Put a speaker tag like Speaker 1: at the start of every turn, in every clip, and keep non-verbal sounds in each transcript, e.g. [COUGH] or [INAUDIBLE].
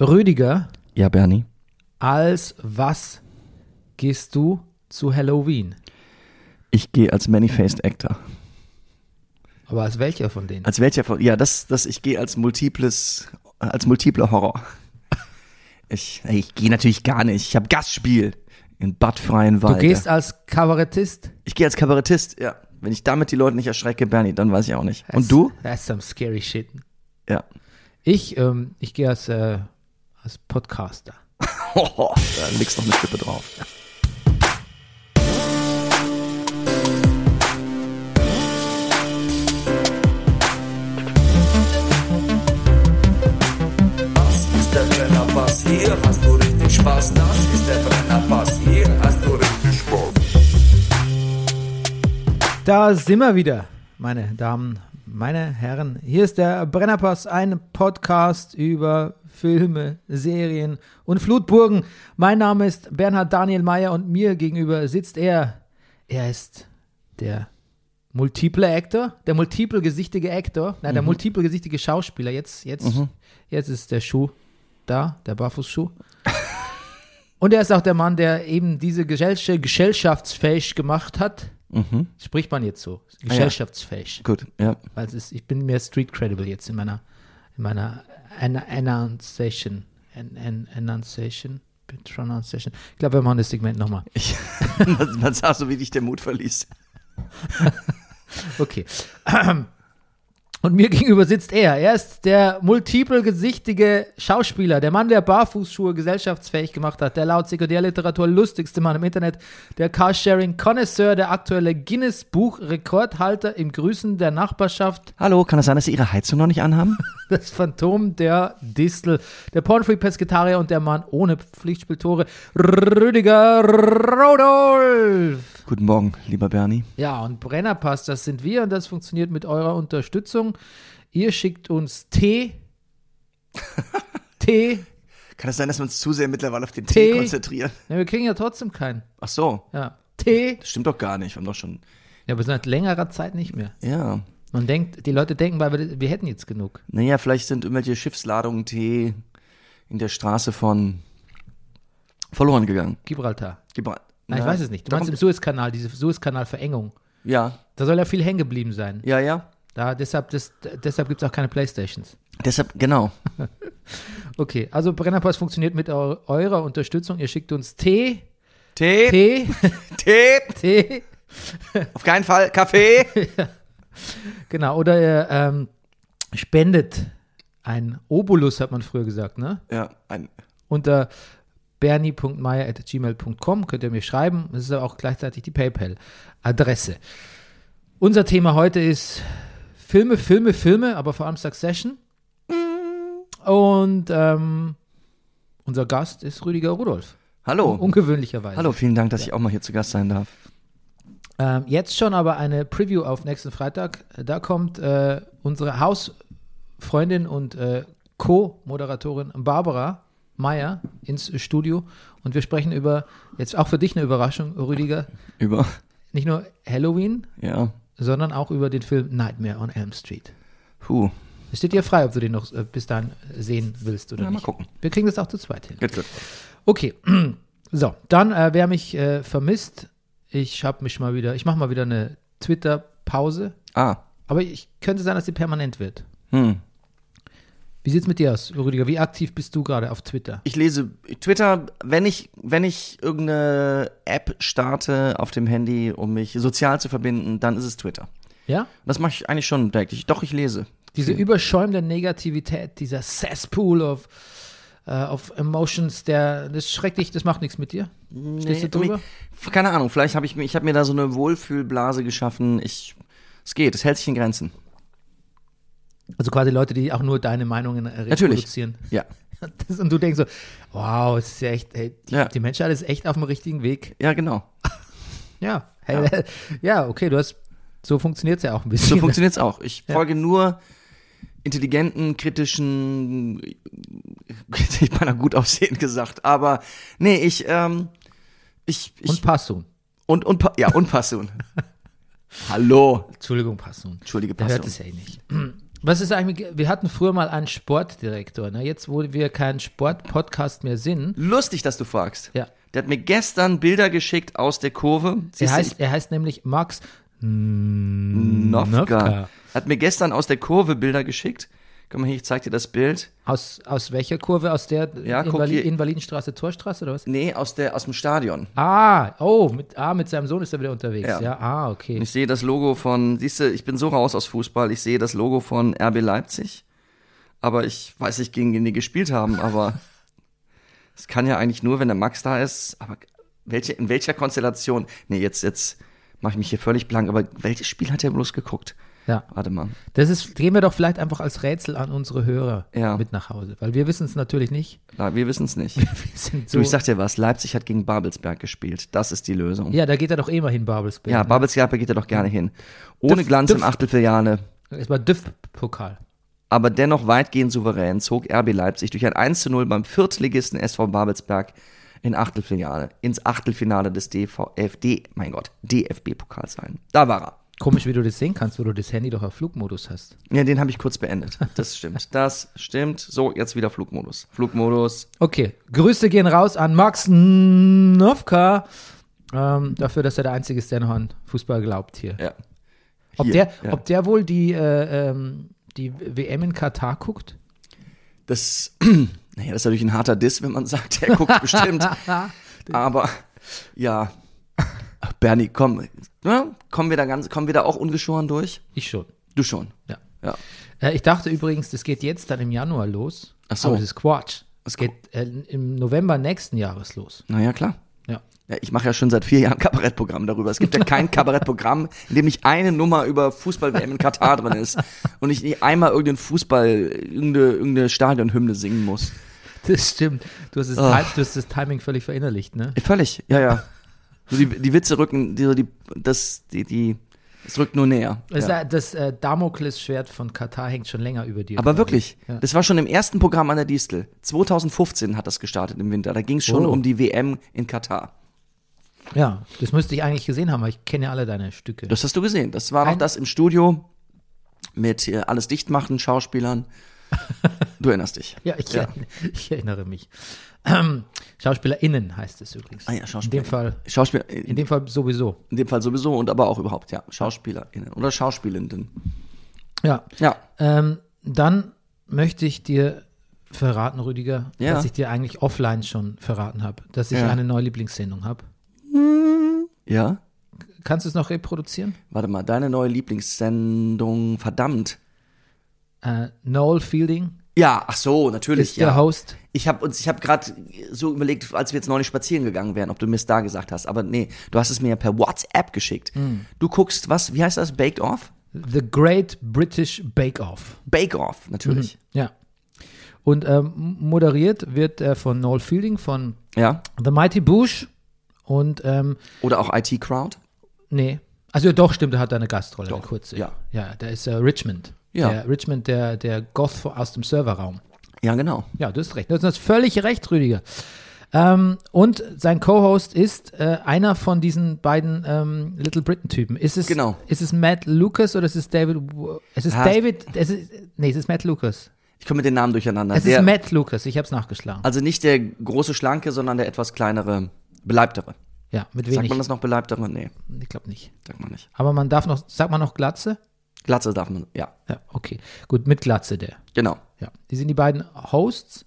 Speaker 1: Rüdiger,
Speaker 2: Ja, Bernie.
Speaker 1: als was gehst du zu Halloween?
Speaker 2: Ich gehe als Many-Faced Actor.
Speaker 1: Aber als welcher von denen?
Speaker 2: Als welcher von. Ja, das, das ich gehe als multiples, als multiple Horror. Ich, ich gehe natürlich gar nicht. Ich habe Gastspiel in badfreien
Speaker 1: du
Speaker 2: Wald.
Speaker 1: gehst als Kabarettist.
Speaker 2: ich gehe als Kabarettist, ja. Wenn ich damit die Leute nicht erschrecke, Bernie, dann weiß ich auch nicht.
Speaker 1: That's-
Speaker 2: Und du?
Speaker 1: That's some scary shit.
Speaker 2: Ja.
Speaker 1: Ich, ähm, ich gehe als, äh, als Podcaster.
Speaker 2: Hoho, da legst noch eine Schippe drauf.
Speaker 3: Das ist der Brennerpass, hier hast du richtig Spaß. Das ist der Brennerpass, hier hast du richtig Spaß.
Speaker 1: Da sind wir wieder, meine Damen, meine Herren. Hier ist der Brennerpass, ein Podcast über Filme, Serien und Flutburgen. Mein Name ist Bernhard Daniel Mayer und mir gegenüber sitzt er. Er ist der multiple Actor, der multiple gesichtige Actor, nein, der multiple gesichtige Schauspieler. Jetzt, jetzt, jetzt ist der Schuh da, der Barfußschuh. [LAUGHS] Und er ist auch der Mann, der eben diese Gesellschaft gesellschaftsfähig gemacht hat. Spricht man jetzt so. Gesellschaftsfähig.
Speaker 2: Gut, ja.
Speaker 1: Weil es ist, ich bin mehr street credible jetzt in meiner, in meiner An Annunciation. An An Annunciation. Pronunciation. Ich glaube, wir machen das Segment nochmal.
Speaker 2: Ich, [LAUGHS] man, man sah so, wie dich der Mut verließ.
Speaker 1: Okay. Und mir gegenüber sitzt er. Er ist der multiple gesichtige Schauspieler, der Mann, der Barfußschuhe gesellschaftsfähig gemacht hat, der laut Sekundärliteratur lustigste Mann im Internet, der carsharing connoisseur der aktuelle Guinness-Buch-Rekordhalter im Grüßen der Nachbarschaft, [LAUGHS]
Speaker 2: Hallo, kann es sein, dass Sie Ihre Heizung noch nicht [LAUGHS] anhaben?
Speaker 1: das Phantom der Distel, der Pornfree-Pesketarier und der Mann ohne Pflichtspieltore, Rüdiger Rodolf.
Speaker 2: Guten Morgen, lieber Bernie.
Speaker 1: Ja, und Brennerpass, das sind wir und das funktioniert mit eurer Unterstützung. Ihr schickt uns Tee. Tee.
Speaker 2: Kann es sein, dass wir uns zu sehr mittlerweile auf den
Speaker 1: Tee.
Speaker 2: Tee konzentrieren?
Speaker 1: Ja, wir kriegen ja trotzdem keinen.
Speaker 2: Ach so,
Speaker 1: Ja. Tee.
Speaker 2: das stimmt doch gar nicht. Wir haben doch schon.
Speaker 1: Ja, aber seit längerer Zeit nicht mehr.
Speaker 2: Ja.
Speaker 1: Man denkt, die Leute denken, weil wir, wir hätten jetzt genug.
Speaker 2: Naja, vielleicht sind irgendwelche Schiffsladungen Tee in der Straße von verloren gegangen.
Speaker 1: Gibraltar.
Speaker 2: Gebrannt.
Speaker 1: Nein, ich weiß es nicht. Du
Speaker 2: Da
Speaker 1: meinst im
Speaker 2: kommt-
Speaker 1: Suezkanal, diese Suezkanal-Verengung.
Speaker 2: ja,
Speaker 1: Da soll ja viel hängen geblieben sein.
Speaker 2: ja, ja.
Speaker 1: Da, deshalb das, deshalb gibt es auch keine Playstations.
Speaker 2: Deshalb, genau.
Speaker 1: Okay, also Brennerpass funktioniert mit eu eurer Unterstützung. Ihr schickt uns Tee.
Speaker 2: Tee, Tee,
Speaker 1: Tee. [LAUGHS] Tee.
Speaker 2: auf keinen Fall Kaffee.
Speaker 1: Genau, oder ihr ähm, spendet einen Obolus, hat man früher gesagt, ne?
Speaker 2: [LAUGHS] ja, ein,
Speaker 1: Unter bernie.meier.gmail.com könnt ihr mir schreiben. Das ist aber auch gleichzeitig die PayPal-Adresse. Unser Thema heute ist Filme, Filme, Filme, aber vor allem Succession. Und ähm, unser Gast ist Rüdiger Rudolf. Um,
Speaker 2: hallo.
Speaker 1: Ungewöhnlicherweise.
Speaker 2: Oh. hallo, vielen Dank, dass ich auch mal hier zu Gast sein darf.
Speaker 1: Ähm, jetzt schon aber eine Preview auf nächsten Freitag. Da kommt äh, unsere Hausfreundin und äh, Co-Moderatorin Barbara Meyer ins Studio und wir sprechen über, jetzt auch für dich eine Überraschung, Rüdiger,
Speaker 2: Über,
Speaker 1: nicht nur Halloween,
Speaker 2: ja,
Speaker 1: sondern auch über den Film Nightmare on Elm Street.
Speaker 2: puh.
Speaker 1: Es steht dir frei, ob du den noch äh, bis dahin sehen willst oder
Speaker 2: Na, mal
Speaker 1: nicht.
Speaker 2: gucken.
Speaker 1: Wir kriegen das auch zu zweit hin.
Speaker 2: Gut, gut.
Speaker 1: Okay, [CLEARS THROAT] so, dann, äh, wer mich äh, vermisst, ich habe mich mal wieder, ich mache mal wieder eine Twitter-Pause.
Speaker 2: Ah,
Speaker 1: Aber ich könnte sein, dass sie permanent wird.
Speaker 2: hm.
Speaker 1: Wie sieht's mit dir aus, Rüdiger? Wie aktiv bist du gerade auf Twitter?
Speaker 2: Ich lese Twitter, wenn ich, wenn ich irgendeine App starte auf dem Handy, um mich sozial zu verbinden, dann ist es Twitter.
Speaker 1: Ja?
Speaker 2: Das mache ich eigentlich schon täglich. Doch, ich lese.
Speaker 1: Diese überschäumende Negativität, dieser Cesspool of, äh, of Emotions, der, das ist schrecklich, das macht nichts mit dir. Stehst du drüber?
Speaker 2: irgendwie- Keine Ahnung, vielleicht habe ich mir, ich habe mir da so eine Wohlfühlblase geschaffen. Ich, es geht, es hält sich in Grenzen.
Speaker 1: Also quasi Leute, die auch nur deine Meinungen äh,
Speaker 2: Natürlich.
Speaker 1: reproduzieren. [LAUGHS]
Speaker 2: Ja.
Speaker 1: Das, und du denkst so, wow, es ist ja echt, ey, die,
Speaker 2: Ja.
Speaker 1: die Menschheit ist echt auf dem richtigen Weg.
Speaker 2: Ja, genau.
Speaker 1: Ja. Hey, [LAUGHS] ja. okay, du hast, so funktioniert's ja auch ein
Speaker 2: So
Speaker 1: bisschen.
Speaker 2: funktioniert's auch. Ich folge nur intelligenten, kritischen, [LAUGHS] ich bin ja gut aussehend gesagt, aber nee, ich, ähm, ich, ich,
Speaker 1: und Passung.
Speaker 2: Und, und, Pa- ja,
Speaker 1: [LAUGHS]
Speaker 2: und Passun. Hallo.
Speaker 1: Entschuldigung, Passung.
Speaker 2: Entschuldige,
Speaker 1: Der hört
Speaker 2: Passun.
Speaker 1: es ja eh nicht. Was ist eigentlich, wir hatten früher mal einen Sportdirektor, ne? jetzt wo wir kein Sport-Podcast mehr sind.
Speaker 2: Lustig, dass du fragst.
Speaker 1: Ja.
Speaker 2: Der hat mir gestern Bilder geschickt aus der Kurve.
Speaker 1: Er
Speaker 2: Siehst du,
Speaker 1: heißt, er heißt nämlich Max
Speaker 2: Novka.
Speaker 1: Novka.
Speaker 2: Hat mir gestern aus der Kurve Bilder geschickt. Komm mal hier, ich zeig dir das Bild.
Speaker 1: Aus, aus welcher Kurve? Aus der
Speaker 2: Ja, guck
Speaker 1: Invali
Speaker 2: hier.
Speaker 1: Invalidenstraße, Torstraße oder was?
Speaker 2: Nee, aus, der, aus dem Stadion.
Speaker 1: Ah, oh, mit, ah, mit seinem Sohn ist er wieder unterwegs.
Speaker 2: Ja.
Speaker 1: Ja, ah, okay.
Speaker 2: Ich sehe das Logo von, siehst du, ich bin so raus aus Fußball, ich sehe das Logo von RB Leipzig. Aber ich weiß nicht, gegen wen die gespielt haben, aber [LAUGHS] es kann ja eigentlich nur, wenn der Max da ist. Aber welche, in welcher Konstellation? Nee, jetzt, jetzt mache ich mich hier völlig blank, aber welches Spiel hat er bloß geguckt?
Speaker 1: Ja.
Speaker 2: Warte mal.
Speaker 1: Das ist, gehen wir doch vielleicht einfach als Rätsel an unsere Hörer
Speaker 2: Ja.
Speaker 1: mit nach Hause, weil wir wissen es natürlich nicht. [LAUGHS]
Speaker 2: Na, wir wissen es nicht.
Speaker 1: Wir sind
Speaker 2: Du,
Speaker 1: so,
Speaker 2: ich sag dir was, Leipzig hat gegen Babelsberg gespielt. Das ist die Lösung. Ja,
Speaker 1: ja, da geht er doch eh mal hin, Babelsberg.
Speaker 2: ja Babelsberg geht er doch gerne hin. Ohne
Speaker 1: Düff,
Speaker 2: Glanz im
Speaker 1: düff.
Speaker 2: Achtelfinale.
Speaker 1: Es war DÜV-Pokal.
Speaker 2: aber dennoch weitgehend souverän zog RB Leipzig durch ein 1 zu 0 beim Viertligisten SV Babelsberg in Achtelfinale, ins Achtelfinale des DVFD, mein Gott, DFB-Pokals ein. Da war
Speaker 1: Komisch, wie du das sehen kannst, wo du das Handy doch auf Flugmodus hast.
Speaker 2: er. Ja, den habe ich kurz beendet. Das stimmt. Das stimmt. So, jetzt wieder Flugmodus. Flugmodus.
Speaker 1: Okay, Grüße gehen raus an Max Novka. Ähm, dafür, dass er der Einzige ist, der noch an Fußball glaubt hier.
Speaker 2: Ja.
Speaker 1: Ob,
Speaker 2: Äh, Hier,
Speaker 1: der,
Speaker 2: ja.
Speaker 1: ob der wohl die, äh, ähm, die WM in Katar guckt?
Speaker 2: Das, [CLEARS THROAT] naja, das ist natürlich ein harter Diss, wenn man sagt, er guckt bestimmt. Aber ja, Ach, Bernie, komm, ne? kommen wir da ganz, kommen wir da auch ungeschoren durch?
Speaker 1: Ich schon,
Speaker 2: Du schon.
Speaker 1: ja.
Speaker 2: Ja.
Speaker 1: Äh, ich dachte übrigens, das geht jetzt dann im Januar los.
Speaker 2: Ach so.
Speaker 1: Aber das ist Quatsch. Es
Speaker 2: Das ist
Speaker 1: geht äh, im November nächsten Jahres los.
Speaker 2: Naja, klar.
Speaker 1: Ja. [LAUGHS]
Speaker 2: Ja, ich mache ja schon seit vier Jahren Kabarettprogramm darüber. Es gibt ja [LAUGHS] kein Kabarettprogramm, in dem nicht eine Nummer über Fußball-WM in Katar drin ist und ich nicht einmal irgendeinen Fußball, irgendeine, irgendeine Stadionhymne singen muss.
Speaker 1: Das stimmt. Du hast das,
Speaker 2: Ah.
Speaker 1: Ti- du hast das Timing völlig verinnerlicht, ne?
Speaker 2: Völlig, ja, ja. So die, die Witze rücken, die, die, das, die, die, es rückt nur näher.
Speaker 1: Das,
Speaker 2: Ja.
Speaker 1: äh, das äh, Damoklesschwert von Katar hängt schon länger über dir.
Speaker 2: Aber wirklich,
Speaker 1: Ja.
Speaker 2: das war schon im ersten Programm an der Distel. 2015 hat das gestartet im Winter. Da ging es schon
Speaker 1: Oh.
Speaker 2: um die WM in Katar.
Speaker 1: Ja, das müsste ich eigentlich gesehen haben, weil ich kenne ja alle deine Stücke.
Speaker 2: Das hast du gesehen. Das war noch
Speaker 1: Ein-
Speaker 2: das im Studio mit äh, alles dicht machen, Schauspielern. Du erinnerst dich.
Speaker 1: ja, ich,
Speaker 2: Ja.
Speaker 1: erinn- ich erinnere mich. Ähm, SchauspielerInnen heißt es übrigens.
Speaker 2: Ah ja,
Speaker 1: In
Speaker 2: Schauspieler.
Speaker 1: dem Fall,
Speaker 2: Schauspieler,
Speaker 1: in
Speaker 2: in
Speaker 1: dem Fall sowieso.
Speaker 2: dem Fall sowieso und aber auch überhaupt, ja. SchauspielerInnen oder Schauspielenden.
Speaker 1: Ja.
Speaker 2: Ja.
Speaker 1: Ähm, dann möchte ich dir verraten, Rüdiger,
Speaker 2: Ja.
Speaker 1: dass ich dir eigentlich offline schon verraten habe, dass ich
Speaker 2: Ja.
Speaker 1: eine neue Lieblingssendung habe.
Speaker 2: Ja.
Speaker 1: Kannst du es noch reproduzieren?
Speaker 2: Warte mal, deine neue Lieblingssendung, verdammt.
Speaker 1: Äh, Noel Fielding
Speaker 2: Ja, ach so, natürlich,
Speaker 1: ist der
Speaker 2: ja.
Speaker 1: Host.
Speaker 2: Ich habe uns, ich habe gerade so überlegt, als wir jetzt neulich spazieren gegangen wären, ob du mir es da gesagt hast. Aber nee, du hast es mir ja per WhatsApp geschickt. Du guckst, was, wie heißt das? Baked Off?
Speaker 1: The Great British Bake Off.
Speaker 2: Bake Off, natürlich.
Speaker 1: Ja. Und ähm, moderiert wird er von Noel Fielding von
Speaker 2: Ja.
Speaker 1: The Mighty Bush und ähm,
Speaker 2: Oder auch IT Crowd.
Speaker 1: nee, also ja, doch stimmt, er hat da eine Gastrolle, eine
Speaker 2: Doch,
Speaker 1: kurze.
Speaker 2: ja.
Speaker 1: ja, da ist äh, Richmond.
Speaker 2: Ja.
Speaker 1: Der Richmond, der der Goth vor- aus dem Serverraum.
Speaker 2: Ja, genau.
Speaker 1: Ja, du hast recht. Du hast völlig recht, Rüdiger. Ähm, und sein Co-Host ist äh, einer von diesen beiden ähm, Little Britain-Typen. Ist es
Speaker 2: Genau.
Speaker 1: ist es Matt Lucas oder ist es David? Wo- Es ist
Speaker 2: Ah.
Speaker 1: David. Es ist, nee, es ist Matt Lucas.
Speaker 2: Ich komme mit den Namen durcheinander.
Speaker 1: Es
Speaker 2: Der-
Speaker 1: ist Matt Lucas. Ich habe es nachgeschlagen.
Speaker 2: Also nicht der große Schlanke, sondern der etwas kleinere, beleibtere.
Speaker 1: Ja, mit
Speaker 2: Sagt
Speaker 1: wenig.
Speaker 2: man das noch beleibtere? Nee,
Speaker 1: Ich glaube nicht.
Speaker 2: sagt man nicht.
Speaker 1: Aber man darf noch, sagt man noch Glatze?
Speaker 2: Glatze darf man, ja,
Speaker 1: Ja, okay. Gut, mit Glatze der.
Speaker 2: genau.
Speaker 1: Ja. Die sind die beiden Hosts.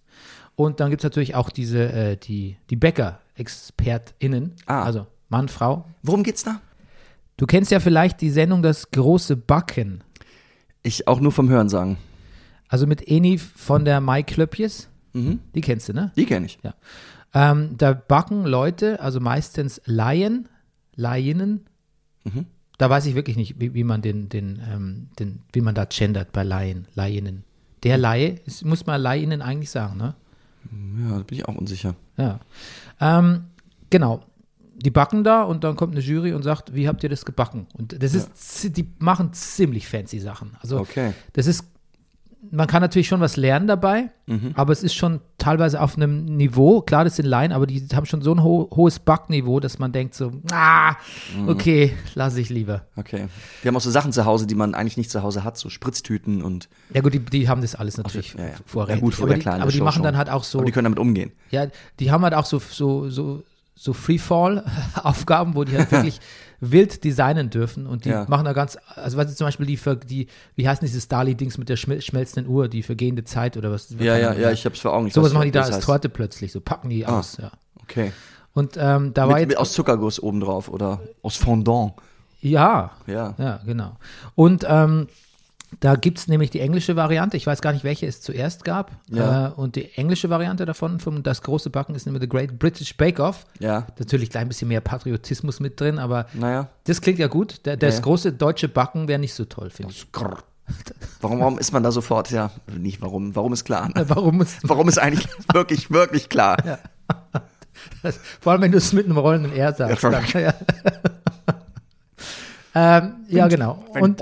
Speaker 1: Und dann gibt es natürlich auch diese, äh, die, die Bäcker-ExpertInnen.
Speaker 2: Ah.
Speaker 1: Also Mann, Frau.
Speaker 2: Worum geht's da?
Speaker 1: Du kennst ja vielleicht die Sendung Das große Backen.
Speaker 2: Ich auch nur vom Hören sagen.
Speaker 1: Also mit Eni von der Mai Klöppjes.
Speaker 2: Mhm.
Speaker 1: Die kennst du, ne?
Speaker 2: Die kenne ich.
Speaker 1: Ähm, da backen Leute, also meistens Laien, Laieninnen.
Speaker 2: Mhm.
Speaker 1: Da weiß ich wirklich nicht, wie, wie man den, den, ähm, den, wie man da gendert bei Laien, Laieninnen. Der Laie, es muss man Laieninnen eigentlich sagen, ne?
Speaker 2: Ja, da bin ich auch unsicher.
Speaker 1: Ja. Ähm, genau. Die backen da und dann kommt eine Jury und sagt, wie habt ihr das gebacken? Und das ist, zi- die machen ziemlich fancy Sachen. Also
Speaker 2: Okay.
Speaker 1: das ist man kann natürlich schon was lernen dabei,
Speaker 2: Mhm.
Speaker 1: aber es ist schon teilweise auf einem Niveau, klar, das sind Laien, aber die haben schon so ein ho hohes Backniveau, dass man denkt so, ah,
Speaker 2: Mhm.
Speaker 1: okay, lasse ich lieber.
Speaker 2: Okay. Wir haben auch so Sachen zu Hause, die man eigentlich nicht zu Hause hat, so Spritztüten und
Speaker 1: Ja gut, die, die haben das alles natürlich
Speaker 2: ja, ja.
Speaker 1: vorrätig.
Speaker 2: Ja, gut,
Speaker 1: aber
Speaker 2: vorher
Speaker 1: die,
Speaker 2: klar, in der
Speaker 1: aber die
Speaker 2: Show
Speaker 1: machen
Speaker 2: schon.
Speaker 1: dann halt auch so,
Speaker 2: aber die können damit umgehen.
Speaker 1: ja, die haben halt auch so, so, so, so Freefall-Aufgaben, wo die
Speaker 2: [LAUGHS]
Speaker 1: halt wirklich wild designen dürfen und die
Speaker 2: Ja.
Speaker 1: machen da ganz, also weißt du zum Beispiel die, ver- die wie heißen diese Starly-Dings mit der schmel- schmelzenden Uhr, die vergehende Zeit oder was?
Speaker 2: Ja,
Speaker 1: keine
Speaker 2: ja,
Speaker 1: Ahnung,
Speaker 2: ja, ich hab's vor Augen. Ich
Speaker 1: Sowas
Speaker 2: weiß,
Speaker 1: machen die da
Speaker 2: das
Speaker 1: als
Speaker 2: heißt.
Speaker 1: Torte plötzlich, so packen die aus, ja.
Speaker 2: Okay.
Speaker 1: Und ähm, da war
Speaker 2: Mit, mit,
Speaker 1: jetzt,
Speaker 2: aus Zuckerguss obendrauf oder aus Fondant.
Speaker 1: ja,
Speaker 2: Ja.
Speaker 1: ja, genau. Und ähm, da gibt es nämlich die englische Variante, ich weiß gar nicht, welche es zuerst gab.
Speaker 2: Ja.
Speaker 1: Äh, und die englische Variante davon, vom Das große Backen, ist nämlich The Great British Bake Off.
Speaker 2: Ja.
Speaker 1: Natürlich gleich ein bisschen mehr Patriotismus mit drin, aber
Speaker 2: Naja.
Speaker 1: das klingt ja gut. Der, das
Speaker 2: ja.
Speaker 1: große deutsche Backen wäre nicht so toll, finde
Speaker 2: [LAUGHS]
Speaker 1: ich.
Speaker 2: Warum, warum ist man da sofort? Ja, nicht warum. Warum ist klar? [LAUGHS] Ne?
Speaker 1: Warum muss
Speaker 2: Warum ist eigentlich wirklich, wirklich klar?
Speaker 1: Das, vor allem, wenn du es mit einem rollenden R sagst.
Speaker 2: Ja,
Speaker 1: dann, ja. [LAUGHS] ähm, ja genau. Und,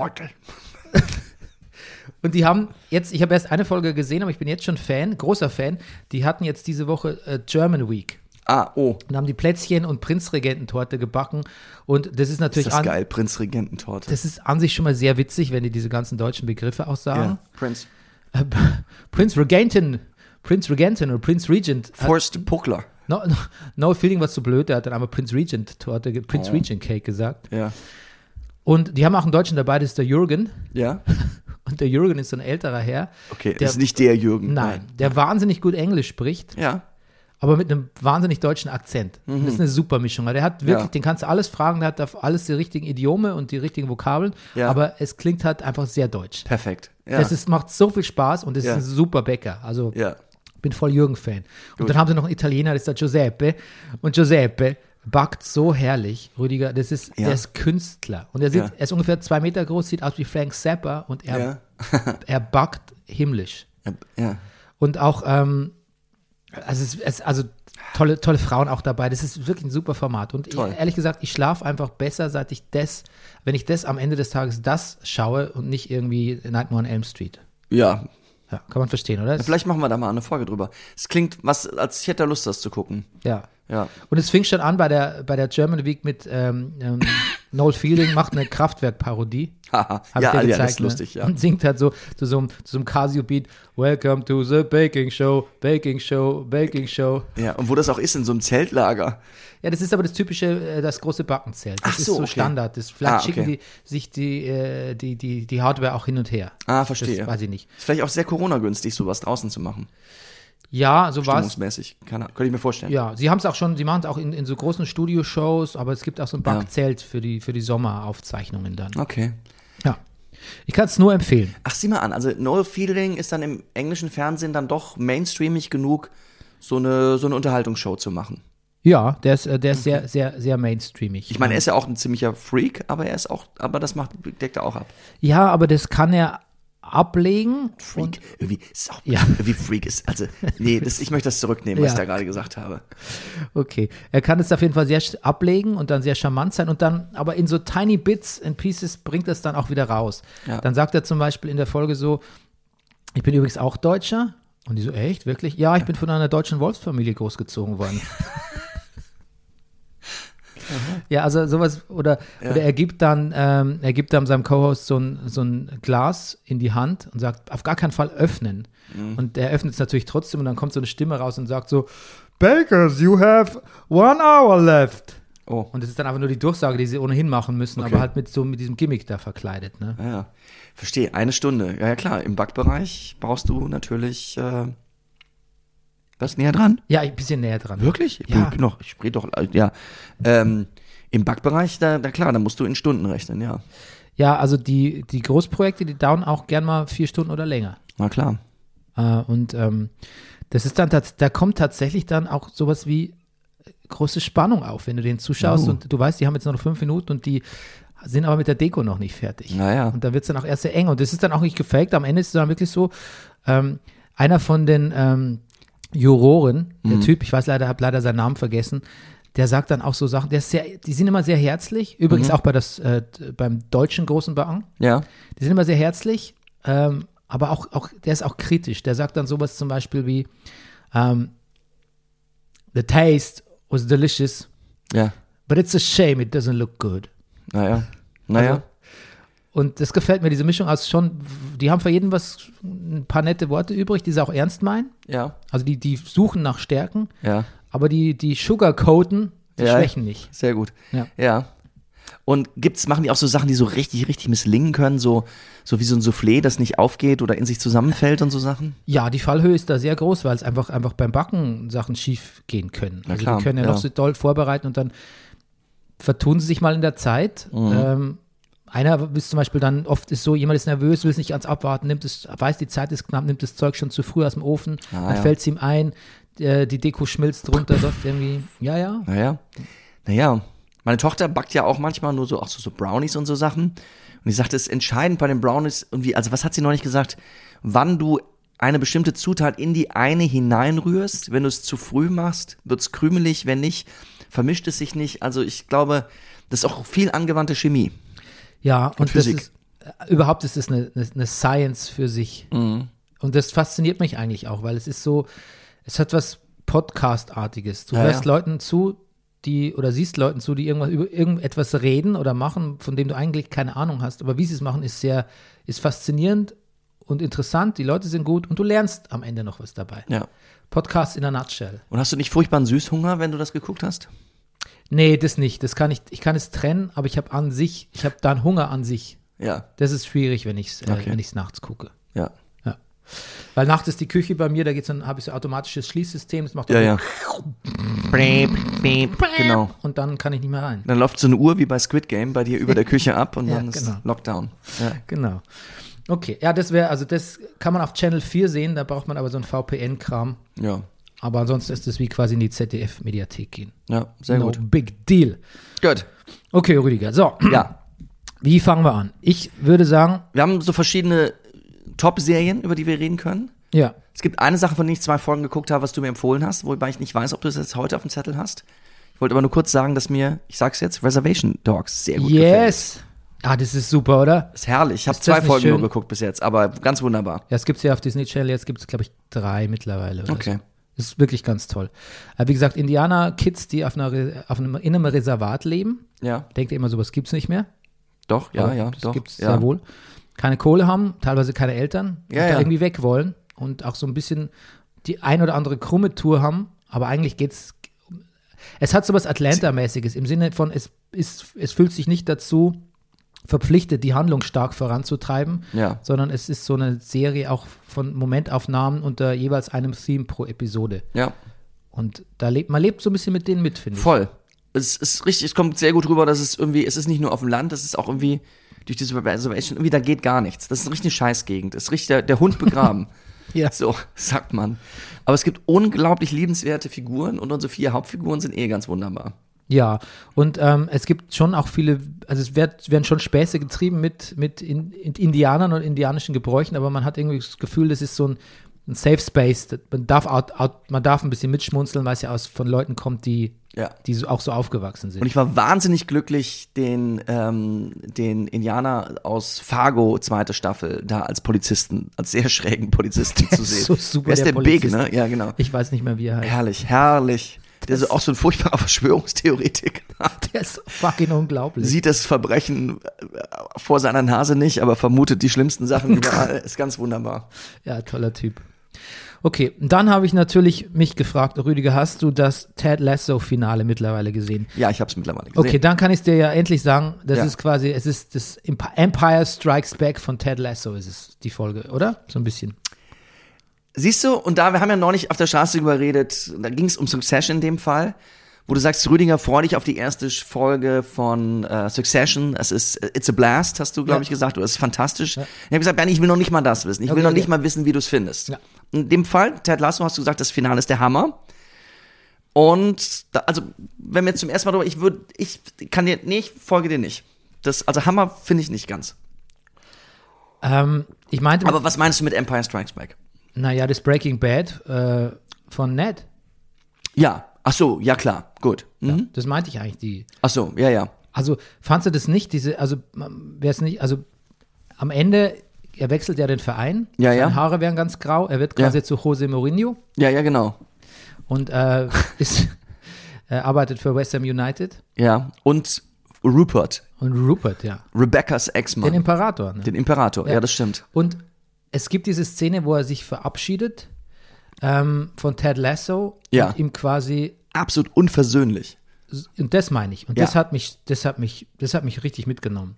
Speaker 1: und die haben jetzt, ich habe erst eine Folge gesehen, aber ich bin jetzt schon Fan, großer Fan. Die hatten jetzt diese Woche äh, German Week.
Speaker 2: Ah, oh.
Speaker 1: Und haben die Plätzchen und Prinzregententorte gebacken. Und das ist natürlich
Speaker 2: Ist das
Speaker 1: an,
Speaker 2: geil, Prinzregententorte.
Speaker 1: das ist an sich schon mal sehr witzig, wenn die diese ganzen deutschen Begriffe auch sagen.
Speaker 2: ja. Prinz.
Speaker 1: Äh, [LAUGHS] Prinz Regenten, Prinz Regenten oder Prinz Regent. äh,
Speaker 2: Forrest Puckler.
Speaker 1: No, no, no Feeling war zu blöd, der hat dann einmal Prince Regent Torte, ge- Prince Regent Cake gesagt.
Speaker 2: Ja.
Speaker 1: Und die haben auch einen Deutschen dabei, das ist der Jürgen. [LAUGHS]
Speaker 2: Ja?
Speaker 1: Und der Jürgen ist so ein älterer Herr.
Speaker 2: Okay,
Speaker 1: Der-
Speaker 2: ist nicht der Jürgen.
Speaker 1: Nein, der wahnsinnig gut Englisch spricht,
Speaker 2: Ja.
Speaker 1: aber mit einem wahnsinnig deutschen Akzent. Das ist eine super Mischung. Der hat wirklich,
Speaker 2: Mhm. Ja.
Speaker 1: den kannst du alles fragen, der hat da alles die richtigen Idiome und die richtigen Vokabeln,
Speaker 2: Ja.
Speaker 1: aber es klingt halt einfach sehr deutsch.
Speaker 2: Perfekt. Ja.
Speaker 1: Das ist, macht so viel Spaß und das
Speaker 2: Ja.
Speaker 1: ist ein super Bäcker. Also
Speaker 2: ja.
Speaker 1: bin voll Jürgen-Fan. Und dann haben sie noch einen Italiener, das ist der Giuseppe. Und Giuseppe backt so herrlich, Rüdiger. Das ist,
Speaker 2: Ja.
Speaker 1: der ist Künstler. Und er, sieht,
Speaker 2: Ja.
Speaker 1: er ist ungefähr zwei Meter groß, sieht aus wie Frank Zappa und er,
Speaker 2: Ja.
Speaker 1: [LAUGHS] er backt himmlisch.
Speaker 2: Ja. ja.
Speaker 1: Und auch, ähm, also, es, es, also tolle, tolle Frauen auch dabei. Das ist wirklich ein super Format. Und
Speaker 2: Toll.
Speaker 1: ich, ehrlich gesagt, ich schlafe einfach besser, seit ich das, wenn ich das am Ende des Tages das schaue und nicht irgendwie Nightmare on Elm Street.
Speaker 2: ja.
Speaker 1: Ja, kann man verstehen, oder?
Speaker 2: Vielleicht machen wir da mal eine Folge drüber. Es klingt, was, als ich hätte da Lust, das zu gucken.
Speaker 1: ja.
Speaker 2: Ja. [LAUGHS]
Speaker 1: Und es fing schon an bei der, bei der German Week mit ähm,
Speaker 2: [LAUGHS]
Speaker 1: ähm, Noel Fielding macht eine Kraftwerk-Parodie.
Speaker 2: Haha.
Speaker 1: Hab ich
Speaker 2: ja,
Speaker 1: dir
Speaker 2: ja, das
Speaker 1: gezeigt,
Speaker 2: ist lustig,
Speaker 1: ne?
Speaker 2: ja.
Speaker 1: Und singt halt so zu so einem, zu so einem Casio-Beat: Welcome to the Baking Show, Baking Show, Baking Show.
Speaker 2: Ja, und wo das auch ist, in so einem Zeltlager.
Speaker 1: Ja, das ist aber das typische, äh, das große Backenzelt. Das
Speaker 2: Ach
Speaker 1: ist
Speaker 2: so,
Speaker 1: so
Speaker 2: okay.
Speaker 1: Standard. Das, vielleicht
Speaker 2: Ah,
Speaker 1: schicken
Speaker 2: okay.
Speaker 1: die sich die, äh, die, die, die Hardware auch hin und her.
Speaker 2: Ah, verstehe.
Speaker 1: Das weiß ich nicht.
Speaker 2: Ist vielleicht auch sehr Corona-günstig, sowas draußen zu machen.
Speaker 1: Ja, so war es.
Speaker 2: Stimmungsmäßig. Keine Ahnung. Könnte ich mir vorstellen.
Speaker 1: Ja, sie haben es auch schon, sie machen es auch in, in so großen Studioshows, aber es gibt auch so ein
Speaker 2: Ja.
Speaker 1: Backzelt für, die, für die Sommeraufzeichnungen dann.
Speaker 2: Okay.
Speaker 1: Ja. Ich kann es nur empfehlen.
Speaker 2: Ach, sieh mal an. Also Noel Fielding ist dann im englischen Fernsehen dann doch mainstreamig genug, so eine, so eine Unterhaltungsshow zu machen.
Speaker 1: Ja, der ist, äh, der ist sehr, sehr, sehr mainstreamig.
Speaker 2: Ich meine, er ist ja auch ein ziemlicher Freak, aber er ist auch, aber das macht, deckt er auch ab.
Speaker 1: ja, aber das kann er ablegen. Und,
Speaker 2: Irgendwie ist auch, [LAUGHS]
Speaker 1: Ja.
Speaker 2: irgendwie Freak ist, also, nee, das, ich möchte das zurücknehmen, was
Speaker 1: Ja.
Speaker 2: ich da gerade gesagt habe.
Speaker 1: okay. Er kann es auf jeden Fall sehr sch- ablegen und dann sehr charmant sein und dann, aber in so tiny bits and pieces bringt das dann auch wieder raus.
Speaker 2: Ja.
Speaker 1: Dann sagt er zum Beispiel in der Folge so, ich bin übrigens auch Deutscher. Und die so, echt, wirklich? Ja, ich bin von einer deutschen Wolfsfamilie großgezogen worden. ja, also sowas, oder, oder er gibt dann, ähm, er gibt dann seinem Co-Host so ein, so ein Glas in die Hand und sagt, auf gar keinen Fall öffnen.
Speaker 2: Mhm.
Speaker 1: Und er öffnet es natürlich trotzdem und dann kommt so eine Stimme raus und sagt so, Bakers, you have one hour left.
Speaker 2: Oh.
Speaker 1: Und das ist dann einfach nur die Durchsage, die sie ohnehin machen müssen, aber halt mit so mit diesem Gimmick da verkleidet, ne?
Speaker 2: Ja, ja. Verstehe, eine Stunde. Ja, ja, klar, im Backbereich brauchst du natürlich, äh, was näher dran?
Speaker 1: Ja, ein bisschen näher dran.
Speaker 2: Wirklich? Ich
Speaker 1: Ja.
Speaker 2: bin noch, ich rede doch, äh, ja. Ähm, Im Backbereich, da, da klar, da musst du in Stunden rechnen, ja.
Speaker 1: Ja, also die, die Großprojekte, die dauern auch gern mal vier Stunden oder länger.
Speaker 2: Na klar.
Speaker 1: Äh, und ähm, das ist dann, tats- da kommt tatsächlich dann auch sowas wie äh, große Spannung auf, wenn du den zuschaust
Speaker 2: Oh.
Speaker 1: und du weißt, die haben jetzt noch fünf Minuten und die sind aber mit der Deko noch nicht fertig.
Speaker 2: Naja.
Speaker 1: Und da wird es dann auch erst sehr eng und das ist dann auch nicht gefaked. Am Ende ist es dann wirklich so, ähm, einer von den ähm, Juroren, der Typ, ich weiß leider, habe leider seinen Namen vergessen, der sagt dann auch so Sachen, der ist sehr, die sind immer sehr herzlich, übrigens auch bei das, äh, beim deutschen großen Backen.
Speaker 2: Ja.
Speaker 1: Die sind immer sehr herzlich, ähm, aber auch, auch, der ist auch kritisch. Der sagt dann sowas zum Beispiel wie, ähm, the taste was delicious,
Speaker 2: Ja.
Speaker 1: but it's a shame it doesn't look good.
Speaker 2: Naja. Naja.
Speaker 1: Also- Und das gefällt mir, diese Mischung aus schon, die haben für jeden was, ein paar nette Worte übrig, die sie auch ernst meinen.
Speaker 2: ja.
Speaker 1: Also die, die suchen nach Stärken,
Speaker 2: Ja.
Speaker 1: aber die, die sugarcoaten, die
Speaker 2: Ja.
Speaker 1: schwächen nicht.
Speaker 2: Sehr gut.
Speaker 1: Ja.
Speaker 2: Ja. Und gibt's, machen die auch so Sachen, die so richtig, richtig misslingen können, so, so wie so ein Soufflé, das nicht aufgeht oder in sich zusammenfällt und so Sachen?
Speaker 1: Ja, die Fallhöhe ist da sehr groß, weil es einfach, einfach beim Backen Sachen schief gehen können.
Speaker 2: Na
Speaker 1: also
Speaker 2: klar,
Speaker 1: die können ja,
Speaker 2: ja.
Speaker 1: noch so doll vorbereiten und dann vertun sie sich mal in der Zeit.
Speaker 2: Mhm.
Speaker 1: Ähm, einer ist zum Beispiel dann, oft ist so, jemand ist nervös, will es nicht ganz abwarten, nimmt es, weiß, die Zeit ist knapp, nimmt das Zeug schon zu früh aus dem Ofen,
Speaker 2: Ah,
Speaker 1: dann
Speaker 2: ja.
Speaker 1: fällt es ihm ein, äh, die Deko schmilzt
Speaker 2: [LAUGHS]
Speaker 1: runter, läuft irgendwie, ja, ja.
Speaker 2: Naja. Naja. Meine Tochter backt ja auch manchmal nur so, auch so, so Brownies und so Sachen. Und ich sagte, es ist entscheidend bei den Brownies irgendwie, also was hat sie neulich gesagt? Wann du eine bestimmte Zutat in die eine hineinrührst, wenn du es zu früh machst, wird's krümelig, wenn nicht, vermischt es sich nicht. Also ich glaube, das ist auch viel angewandte Chemie.
Speaker 1: Ja, und
Speaker 2: Physik.
Speaker 1: das ist, äh, überhaupt ist es eine, eine, eine Science für sich.
Speaker 2: Mhm.
Speaker 1: Und das fasziniert mich eigentlich auch, weil es ist so, es hat was Podcast-artiges. Du
Speaker 2: Ja,
Speaker 1: hörst
Speaker 2: ja.
Speaker 1: Leuten zu, die, oder siehst Leuten zu, die irgendwas, über irgendetwas reden oder machen, von dem du eigentlich keine Ahnung hast. Aber wie sie es machen, ist sehr, ist faszinierend und interessant. Die Leute sind gut und du lernst am Ende noch was dabei.
Speaker 2: Ja.
Speaker 1: Podcast in a nutshell.
Speaker 2: Und hast du nicht furchtbaren Süßhunger, wenn du das geguckt hast?
Speaker 1: Nee, das nicht. Das kann ich, ich kann es trennen, aber ich habe an sich, ich habe dann Hunger an sich.
Speaker 2: Ja,
Speaker 1: Das ist schwierig, wenn ich es äh,
Speaker 2: Okay.
Speaker 1: wenn ich's nachts gucke.
Speaker 2: ja.
Speaker 1: Ja. Weil nachts ist die Küche bei mir, da geht's dann, habe ich so automatisches Schließsystem, das macht
Speaker 2: Ja,
Speaker 1: dann
Speaker 2: ja. Genau.
Speaker 1: und dann kann ich nicht mehr rein.
Speaker 2: Dann läuft so eine Uhr wie bei Squid Game bei dir
Speaker 1: [LAUGHS]
Speaker 2: über der Küche ab und
Speaker 1: Ja,
Speaker 2: dann ist
Speaker 1: genau.
Speaker 2: Lockdown. Ja.
Speaker 1: Genau. Okay, ja, das wäre, also das kann man auf Channel 4 sehen, da braucht man aber so ein VPN-Kram.
Speaker 2: ja,
Speaker 1: Aber ansonsten ist es wie quasi in die ZDF-Mediathek gehen.
Speaker 2: ja, sehr
Speaker 1: no
Speaker 2: gut.
Speaker 1: big deal.
Speaker 2: Gut.
Speaker 1: Okay, Rüdiger, so,
Speaker 2: Ja,
Speaker 1: wie fangen wir an? Ich würde sagen,
Speaker 2: wir haben so verschiedene Top-Serien, über die wir reden können.
Speaker 1: ja,
Speaker 2: Es gibt eine Sache, von der ich zwei Folgen geguckt habe, was du mir empfohlen hast, wobei ich nicht weiß, ob du es jetzt heute auf dem Zettel hast. Ich wollte aber nur kurz sagen, dass mir, ich sag's jetzt, Reservation Dogs sehr gut gefällt.
Speaker 1: yes. Ah, das ist super, oder?
Speaker 2: Ist herrlich. Ich habe
Speaker 1: das
Speaker 2: zwei
Speaker 1: nicht
Speaker 2: Folgen nur
Speaker 1: schön?
Speaker 2: geguckt bis jetzt, aber ganz wunderbar.
Speaker 1: Ja, es gibt's ja auf Disney Channel, jetzt gibt's glaube ich, drei mittlerweile. Oder
Speaker 2: Okay.
Speaker 1: So. Ist wirklich ganz toll. Aber wie gesagt, Indianer-Kids, die auf, einer, Re- auf einem, in einem Reservat leben,
Speaker 2: Ja,
Speaker 1: denkt ihr immer, sowas gibt's nicht mehr.
Speaker 2: doch, ja,
Speaker 1: Aber
Speaker 2: ja,
Speaker 1: Das
Speaker 2: doch.
Speaker 1: gibt's
Speaker 2: ja.
Speaker 1: sehr wohl. Keine Kohle haben, teilweise keine Eltern, und
Speaker 2: Ja,
Speaker 1: da
Speaker 2: ja.
Speaker 1: irgendwie weg wollen und auch so ein bisschen die ein oder andere krumme Tour haben, aber eigentlich geht's. Es hat sowas Atlanta-mäßiges im Sinne von, es, ist, es fühlt sich nicht dazu verpflichtet, die Handlung stark voranzutreiben,
Speaker 2: Ja.
Speaker 1: sondern es ist so eine Serie auch von Momentaufnahmen unter jeweils einem Theme pro Episode.
Speaker 2: Ja,
Speaker 1: Und da lebt, man lebt so ein bisschen mit denen mit, finde ich.
Speaker 2: Voll. Es ist richtig, es kommt sehr gut rüber, dass es irgendwie, es ist nicht nur auf dem Land, es ist auch irgendwie durch diese Reservation, irgendwie da geht gar nichts. Das ist richtig eine Scheißgegend. Es riecht der, der Hund begraben.
Speaker 1: [LAUGHS] Ja.
Speaker 2: So, sagt man. Aber es gibt unglaublich liebenswerte Figuren und unsere vier Hauptfiguren sind eh ganz wunderbar.
Speaker 1: Ja, und ähm, es gibt schon auch viele, also es werd, werden schon Späße getrieben mit, mit in, in Indianern und indianischen Gebräuchen, aber man hat irgendwie das Gefühl, das ist so ein, ein Safe Space. Das- Man darf, out, out, man darf ein bisschen mitschmunzeln, weil es ja aus, von Leuten kommt, die,
Speaker 2: Ja.
Speaker 1: die so, auch so aufgewachsen sind.
Speaker 2: Und ich war wahnsinnig glücklich, den, ähm, den Indianer aus Fargo, zweite Staffel, da als Polizisten, als sehr
Speaker 1: [LAUGHS]
Speaker 2: schrägen Polizisten zu
Speaker 1: ist
Speaker 2: sehen.
Speaker 1: so super,
Speaker 2: Er ist
Speaker 1: der
Speaker 2: der, Big,
Speaker 1: Polizist.
Speaker 2: ne? Ja, genau.
Speaker 1: ich weiß nicht mehr, wie er heißt. [LAUGHS]
Speaker 2: Herrlich, herrlich. Der ist auch so ein furchtbarer [LAUGHS] Verschwörungstheoretiker.
Speaker 1: Der ist fucking unglaublich.
Speaker 2: sieht das Verbrechen äh, vor seiner Nase nicht, aber vermutet die schlimmsten Sachen überall. Ist ganz wunderbar.
Speaker 1: Ja, toller Typ. Okay, und dann habe ich natürlich mich gefragt, Rüdiger, hast du das Ted Lasso-Finale mittlerweile gesehen?
Speaker 2: Ja, ich habe es mittlerweile gesehen.
Speaker 1: Okay, dann kann ich dir ja endlich sagen, das
Speaker 2: Ja.
Speaker 1: ist quasi, es ist das Emp- Empire Strikes Back von Ted Lasso ist es, die Folge, oder? So ein bisschen.
Speaker 2: Siehst du, und da, wir haben ja neulich auf der Straße drüber geredet, da ging es um Succession in dem Fall, wo du sagst, Rüdiger, freu dich auf die erste Folge von äh, Succession. Es ist, äh, it's a blast, hast du, glaube
Speaker 1: Ja.
Speaker 2: ich, gesagt, oder es ist fantastisch. Ich habe gesagt, Bernie, ich will noch nicht mal das wissen. Ich will
Speaker 1: Okay,
Speaker 2: noch
Speaker 1: okay.
Speaker 2: nicht mal wissen, wie du es findest.
Speaker 1: Ja.
Speaker 2: In dem Fall, Ted Lasso, hast du gesagt, das Finale ist der Hammer. Und, da, also, wenn wir jetzt zum ersten Mal drüber, ich würde, ich kann dir, nee, ich folge dir nicht. Das, also Hammer finde ich nicht ganz.
Speaker 1: Ähm, ich meinte,
Speaker 2: Aber was meinst du mit Empire Strikes Back?
Speaker 1: naja, das Breaking Bad äh, von Ned,
Speaker 2: Ja. Ach so, ja klar, gut. Mhm.
Speaker 1: das meinte ich eigentlich, die.
Speaker 2: Ach so, ja, ja.
Speaker 1: Also, fandst du das nicht, diese, also, wäre es nicht, also, am Ende er wechselt ja den Verein.
Speaker 2: Ja,
Speaker 1: Seine
Speaker 2: ja.
Speaker 1: Haare werden ganz grau. Er wird quasi
Speaker 2: Ja.
Speaker 1: zu Jose Mourinho
Speaker 2: Ja, ja, genau.
Speaker 1: und
Speaker 2: [LAUGHS]
Speaker 1: äh, ist, äh, arbeitet für West Ham United.
Speaker 2: Ja. Und Rupert,
Speaker 1: Und Rupert, ja.
Speaker 2: Rebecca's
Speaker 1: Den
Speaker 2: Ex-Mann, den,
Speaker 1: Imperator. Ne?
Speaker 2: Imperator. Ja.
Speaker 1: Ja.
Speaker 2: das stimmt.
Speaker 1: Und es gibt diese Szene, wo er sich verabschiedet ähm, von Ted Lasso
Speaker 2: Ja.
Speaker 1: und ihm quasi
Speaker 2: Absolut unversöhnlich.
Speaker 1: und das meine ich und
Speaker 2: Ja.
Speaker 1: das hat mich das hat mich das hat mich richtig mitgenommen.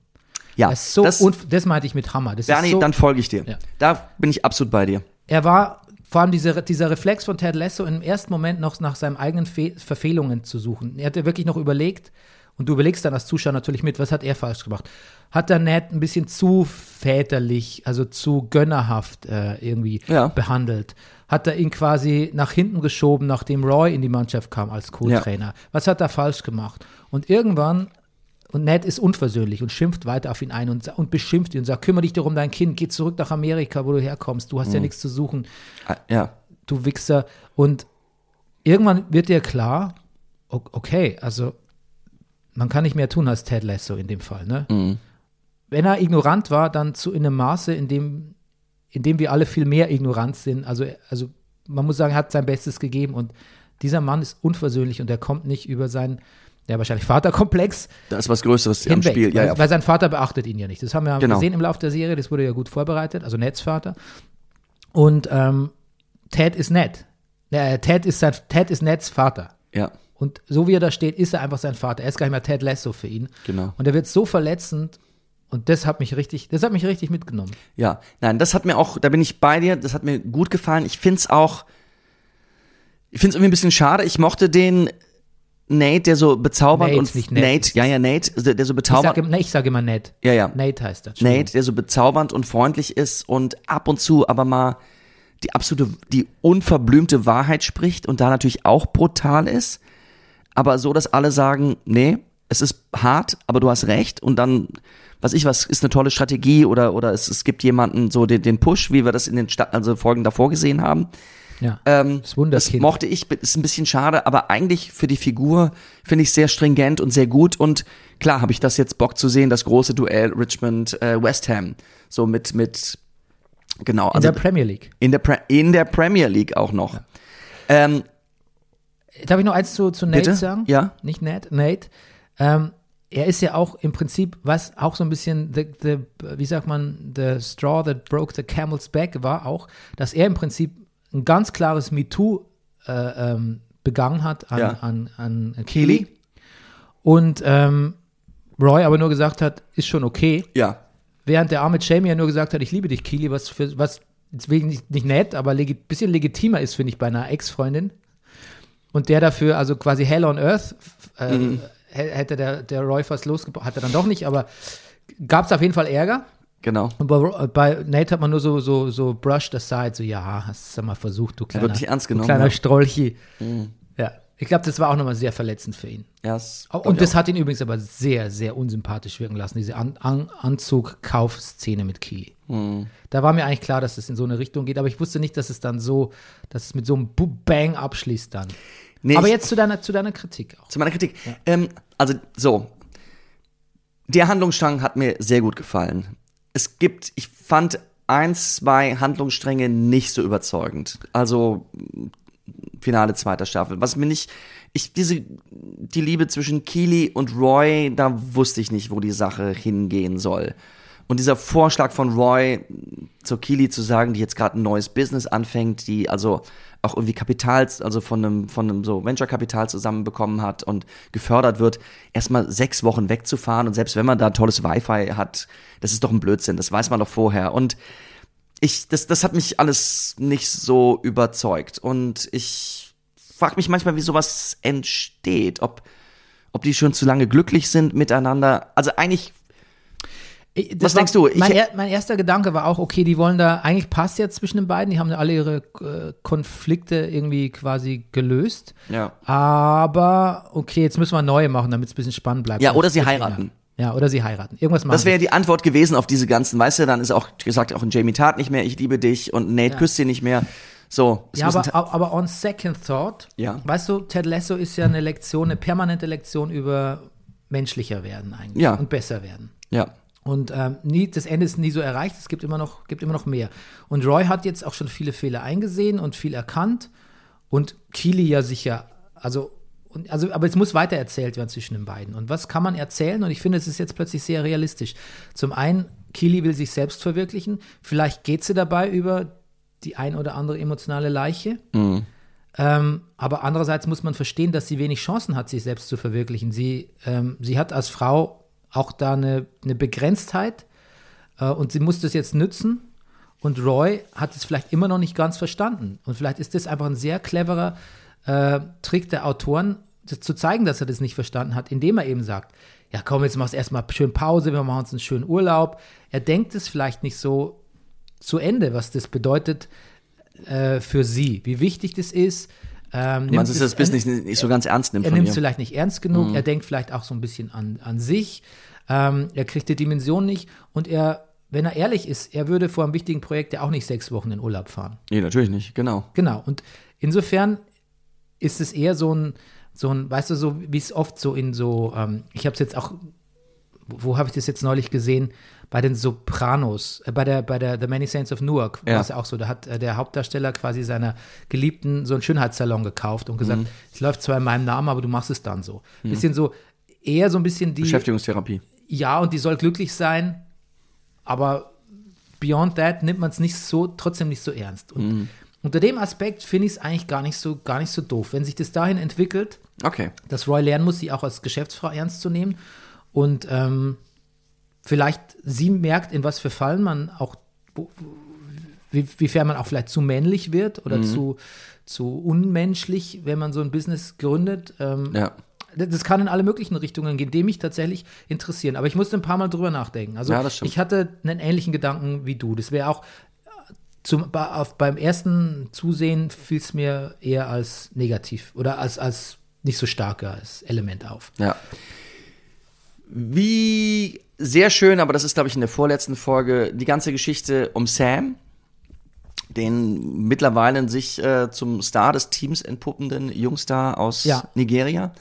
Speaker 2: Ja,
Speaker 1: Das ist so
Speaker 2: das,
Speaker 1: unf- das meinte ich mit Hammer. Das
Speaker 2: Bernie,
Speaker 1: ist so,
Speaker 2: dann folge ich dir.
Speaker 1: Ja.
Speaker 2: Da bin ich absolut bei dir.
Speaker 1: er war vor allem dieser, dieser Reflex von Ted Lasso im ersten Moment noch nach seinem eigenen Fe Verfehlungen zu suchen. Er hatte wirklich noch überlegt und du überlegst dann als Zuschauer natürlich mit, was hat er falsch gemacht? Hat er Ned ein bisschen zu väterlich, also zu gönnerhaft äh, irgendwie
Speaker 2: Ja.
Speaker 1: behandelt? Hat er ihn quasi nach hinten geschoben, nachdem Roy in die Mannschaft kam als Co-Trainer? Was hat er falsch gemacht? Und irgendwann und Ned ist unversöhnlich und schimpft weiter auf ihn ein und, sa- und beschimpft ihn und sagt, kümmere dich darum, dein Kind, geh zurück nach Amerika, wo du herkommst, du hast ja nichts zu suchen,
Speaker 2: Ah, Ja,
Speaker 1: du Wichser. Und irgendwann wird dir klar, o- okay, also man kann nicht mehr tun als Ted Lasso in dem Fall. Ne? Wenn er ignorant war, dann zu in einem Maße, in dem, in dem wir alle viel mehr ignorant sind. Also, also man muss sagen, er hat sein Bestes gegeben und dieser Mann ist unversöhnlich und er kommt nicht über seinen, ja wahrscheinlich Vaterkomplex,
Speaker 2: da ist was Größeres
Speaker 1: hinweg,
Speaker 2: am Spiel. Ja,
Speaker 1: weil,
Speaker 2: ja.
Speaker 1: weil sein Vater beachtet ihn ja nicht. Das haben wir
Speaker 2: Genau.
Speaker 1: gesehen im Laufe der Serie, das wurde ja gut vorbereitet, also Neds Vater. Und ähm, Ted ist nett. Äh, Ted, ist sein, Ted ist Neds Vater.
Speaker 2: ja.
Speaker 1: Und so wie er da steht, ist er einfach sein Vater. Er ist gar nicht mehr Ted Lasso für ihn.
Speaker 2: Genau.
Speaker 1: Und er wird so verletzend und das hat mich richtig, das hat mich richtig mitgenommen.
Speaker 2: Ja, nein, das hat mir auch, da bin ich bei dir, das hat mir gut gefallen. Ich find's auch, ich find's irgendwie ein bisschen schade. Ich mochte den Nate, der so bezaubernd
Speaker 1: Nate,
Speaker 2: und
Speaker 1: nicht Ned.
Speaker 2: Nate, ja, ja, Nate, der, der so
Speaker 1: Ich
Speaker 2: bezaubernd,
Speaker 1: sage nee, ich sag immer Ned.
Speaker 2: ja, ja, Nate.
Speaker 1: Nate heißt er.
Speaker 2: der so bezaubernd und freundlich ist und ab und zu aber mal die absolute, die unverblümte Wahrheit spricht und da natürlich auch brutal ist, aber so, dass alle sagen, nee, es ist hart, aber du hast recht und dann, was ich was, ist eine tolle Strategie oder, oder es, es gibt jemanden so den, den Push, wie wir das in den Sta also Folgen davor gesehen haben.
Speaker 1: Ja.
Speaker 2: Ähm,
Speaker 1: Das Wunderkind.
Speaker 2: Das mochte ich, ist ein bisschen schade, aber eigentlich für die Figur finde ich sehr stringent und sehr gut. Und klar habe ich das jetzt Bock zu sehen, das große Duell Richmond äh, West Ham. So mit, mit genau,
Speaker 1: in
Speaker 2: also
Speaker 1: der Premier League.
Speaker 2: in der, Pre in der Premier League auch noch. Ähm,
Speaker 1: Darf ich noch eins zu, zu Nate
Speaker 2: Bitte?
Speaker 1: sagen?
Speaker 2: Ja.
Speaker 1: Nicht Nate, Nate. Ähm, er ist ja auch im Prinzip, was auch so ein bisschen, the, the, wie sagt man, the straw that broke the camel's back war auch, dass er im Prinzip ein ganz klares MeToo äh, ähm, begangen hat an,
Speaker 2: Ja.
Speaker 1: an, an Keely.
Speaker 2: Keely?
Speaker 1: Und ähm, Roy aber nur gesagt hat, ist schon okay.
Speaker 2: ja.
Speaker 1: Während der arme Jamie ja nur gesagt hat, ich liebe dich, Keely, was, für, was deswegen nicht, nicht nett, aber legi bisschen legitimer ist, finde ich, bei einer Ex-Freundin. Und der dafür, also quasi Hell on Earth, f- äh,
Speaker 2: Mhm.
Speaker 1: hä- hätte der, der Roy fast losgebracht, hat er dann doch nicht, aber gab es auf jeden Fall Ärger.
Speaker 2: Genau.
Speaker 1: Und bei, Ro- äh, bei Nate hat man nur so, so, so brushed aside, so, ja, hast du mal versucht, du kleiner,
Speaker 2: wirklich ernst
Speaker 1: du
Speaker 2: genommen, ne? Mhm.
Speaker 1: kleiner
Speaker 2: ja.
Speaker 1: Strolchi. Ja, ich glaube, das war auch nochmal sehr verletzend für ihn.
Speaker 2: Ja, das glaub
Speaker 1: Oh, Und
Speaker 2: ich
Speaker 1: das hat ihn übrigens aber sehr, sehr unsympathisch wirken lassen, diese An An Anzug-Kaufszene mit Keely.
Speaker 2: Mhm.
Speaker 1: Da war mir eigentlich klar, dass es in so eine Richtung geht, aber ich wusste nicht, dass es dann so, dass es mit so einem Bu- Bang abschließt dann.
Speaker 2: auch. nee,
Speaker 1: aber
Speaker 2: ich-
Speaker 1: jetzt zu deiner, zu deiner Kritik auch.
Speaker 2: zu meiner Kritik. Ähm, also so, der Handlungsstrang hat mir sehr gut gefallen. Es gibt, ich fand ein, zwei Handlungsstränge nicht so überzeugend. Also mh, Finale zweiter Staffel. Was mir nicht, ich diese die Liebe zwischen Keely und Roy, da wusste ich nicht, wo die Sache hingehen soll. Und dieser Vorschlag von Roy zur Keely zu sagen, die jetzt gerade ein neues Business anfängt, die also auch irgendwie Kapital, also von einem, von einem so Venture-Kapital zusammenbekommen hat und gefördert wird, erstmal sechs Wochen wegzufahren und selbst wenn man da tolles Wi-Fi hat, das ist doch ein Blödsinn, das weiß man doch vorher. Und ich, das, das hat mich alles nicht so überzeugt. Und ich frage mich manchmal, wie sowas entsteht. Ob, ob die schon zu lange glücklich sind miteinander. Also eigentlich,
Speaker 1: Ich- das
Speaker 2: Was denkst du? Ich-
Speaker 1: mein, er, mein erster Gedanke war auch, okay, die wollen da, eigentlich passt jetzt zwischen den beiden, die haben alle ihre äh, Konflikte irgendwie quasi gelöst.
Speaker 2: ja.
Speaker 1: Aber okay, jetzt müssen wir neue machen, damit es ein bisschen spannend bleibt.
Speaker 2: Ja, oder sie heiraten.
Speaker 1: Ja, oder sie heiraten. Irgendwas machen.
Speaker 2: Das wäre die Antwort gewesen auf diese ganzen, weißt du, dann ist auch gesagt, auch ein Jamie Tart nicht mehr, ich liebe dich und Nate küsst sie nicht mehr. So, es
Speaker 1: Ja,
Speaker 2: müssen
Speaker 1: aber,
Speaker 2: Ta-
Speaker 1: au- aber on second thought,
Speaker 2: Ja.
Speaker 1: weißt du, Ted Lasso ist ja eine Lektion, eine permanente Lektion über menschlicher werden eigentlich
Speaker 2: Ja.
Speaker 1: und besser werden.
Speaker 2: ja.
Speaker 1: Und ähm, nie, das Ende ist nie so erreicht, es gibt immer, noch, gibt immer noch mehr. Und Roy hat jetzt auch schon viele Fehler eingesehen und viel erkannt. Und Keely ja sicher, also, und, also, aber es muss weiter erzählt werden zwischen den beiden. Und was kann man erzählen? Und ich finde, es ist jetzt plötzlich sehr realistisch. Zum einen, Keely will sich selbst verwirklichen. Vielleicht geht sie dabei über die ein oder andere emotionale Leiche. Ähm, aber andererseits muss man verstehen, dass sie wenig Chancen hat, sich selbst zu verwirklichen. Sie, ähm, sie hat als Frau auch da eine, eine Begrenztheit äh, und sie muss das jetzt nützen. Und Roy hat es vielleicht immer noch nicht ganz verstanden. Und vielleicht ist das einfach ein sehr cleverer äh, Trick der Autoren, das zu zeigen, dass er das nicht verstanden hat, indem er eben sagt, ja komm, jetzt machst du erstmal schön Pause, wir machen uns einen schönen Urlaub. Er denkt es vielleicht nicht so zu Ende, was das bedeutet äh, für sie, wie wichtig das ist. Ähm,
Speaker 2: Man
Speaker 1: nimmt
Speaker 2: ist
Speaker 1: es
Speaker 2: das Business nicht, nicht so ganz ernst nimmt
Speaker 1: er
Speaker 2: von
Speaker 1: nimmt
Speaker 2: ihr. Mhm.
Speaker 1: es vielleicht nicht ernst genug, er denkt vielleicht auch so ein bisschen an, an sich, ähm, er kriegt die Dimension nicht und er, wenn er ehrlich ist, er würde vor einem wichtigen Projekt ja auch nicht sechs Wochen in Urlaub fahren.
Speaker 2: Nee, natürlich nicht, genau.
Speaker 1: Genau, und insofern ist es eher so ein, so ein weißt du, so wie es oft so in so, ähm, ich habe es jetzt auch, wo, wo habe ich das jetzt neulich gesehen? Bei den Sopranos, äh, bei der, bei der The Many Saints of Newark
Speaker 2: Ja.
Speaker 1: war es ja auch so. Da hat äh, der Hauptdarsteller quasi seiner Geliebten so einen Schönheitssalon gekauft und gesagt, es läuft zwar in meinem Namen, aber du machst es dann so. Bisschen so, eher so ein bisschen die,
Speaker 2: Beschäftigungstherapie.
Speaker 1: ja, und die soll glücklich sein, aber beyond that nimmt man es nicht so, trotzdem nicht so ernst. Und unter dem Aspekt finde ich es eigentlich gar nicht so, gar nicht so doof. Wenn sich das dahin entwickelt,
Speaker 2: Okay.
Speaker 1: dass Roy lernen muss, sie auch als Geschäftsfrau ernst zu nehmen und ähm, vielleicht sie merkt, in was für Fallen man auch, wo- wo- wie, wiefern man auch vielleicht zu männlich wird oder zu, zu unmenschlich, wenn man so ein Business gründet. Ähm,
Speaker 2: Ja.
Speaker 1: das das kann in alle möglichen Richtungen gehen, die mich tatsächlich interessieren. Aber ich musste ein paar Mal drüber nachdenken. Also
Speaker 2: Ja, das stimmt.
Speaker 1: ich hatte einen ähnlichen Gedanken wie du. Das wäre auch äh, zum, bei- auf, beim ersten Zusehen fiel es mir eher als negativ oder als, als nicht so starkes Element auf.
Speaker 2: Ja. Wie sehr schön, aber das ist, glaube ich, in der vorletzten Folge, die ganze Geschichte um Sam, den mittlerweile sich äh, zum Star des Teams entpuppenden Jungstar aus
Speaker 1: Ja.
Speaker 2: Nigeria.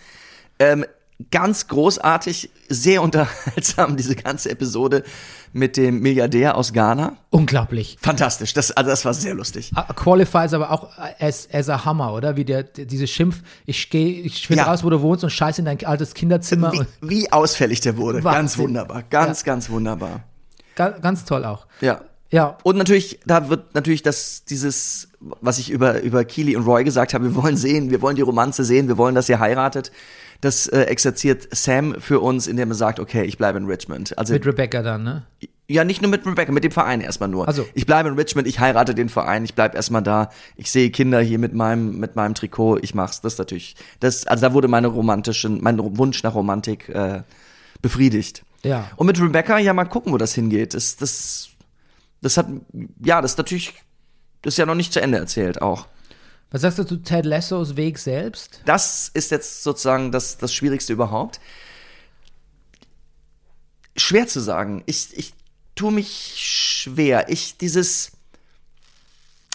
Speaker 2: Ähm, ganz großartig, sehr unterhaltsam, [LAUGHS] diese ganze Episode mit dem Milliardär aus Ghana.
Speaker 1: Unglaublich.
Speaker 2: Fantastisch, das, also das war sehr lustig.
Speaker 1: Ah, Qualifies aber auch as, as a Hammer, oder? Wie der, der diese Schimpf, ich gehe, ich finde
Speaker 2: Ja.
Speaker 1: raus, wo du wohnst und scheiße in dein altes Kinderzimmer.
Speaker 2: Wie,
Speaker 1: Und,
Speaker 2: wie ausfällig der wurde. Ganz
Speaker 1: Wahnsinn.
Speaker 2: wunderbar, ganz, ganz wunderbar.
Speaker 1: ganz, ganz toll auch.
Speaker 2: Ja.
Speaker 1: Ja,
Speaker 2: Und natürlich, da wird natürlich das, dieses, was ich über, über Keely und Roy gesagt habe, wir wollen sehen, wir wollen die Romanze sehen, wir wollen, dass ihr heiratet. Das äh, exerziert Sam für uns, indem er sagt, okay, ich bleibe in Richmond. Also,
Speaker 1: mit Rebecca dann, ne?
Speaker 2: ja, nicht nur mit Rebecca, mit dem Verein erstmal nur.
Speaker 1: Also-
Speaker 2: Ich bleibe in Richmond, ich heirate den Verein, ich bleibe erstmal da, ich sehe Kinder hier mit meinem, mit meinem Trikot, ich mach's. Das ist natürlich, das, also da wurde meine romantischen, mein Wunsch nach Romantik äh, befriedigt.
Speaker 1: Ja.
Speaker 2: Und mit Rebecca, ja, mal gucken, wo das hingeht. Das, das, das hat, ja, das ist natürlich, das ist ja noch nicht zu Ende erzählt auch.
Speaker 1: Was sagst du zu Ted Lassos Weg selbst?
Speaker 2: Das ist jetzt sozusagen das, das Schwierigste überhaupt. Schwer zu sagen. Ich, ich tue mich schwer. Ich, dieses,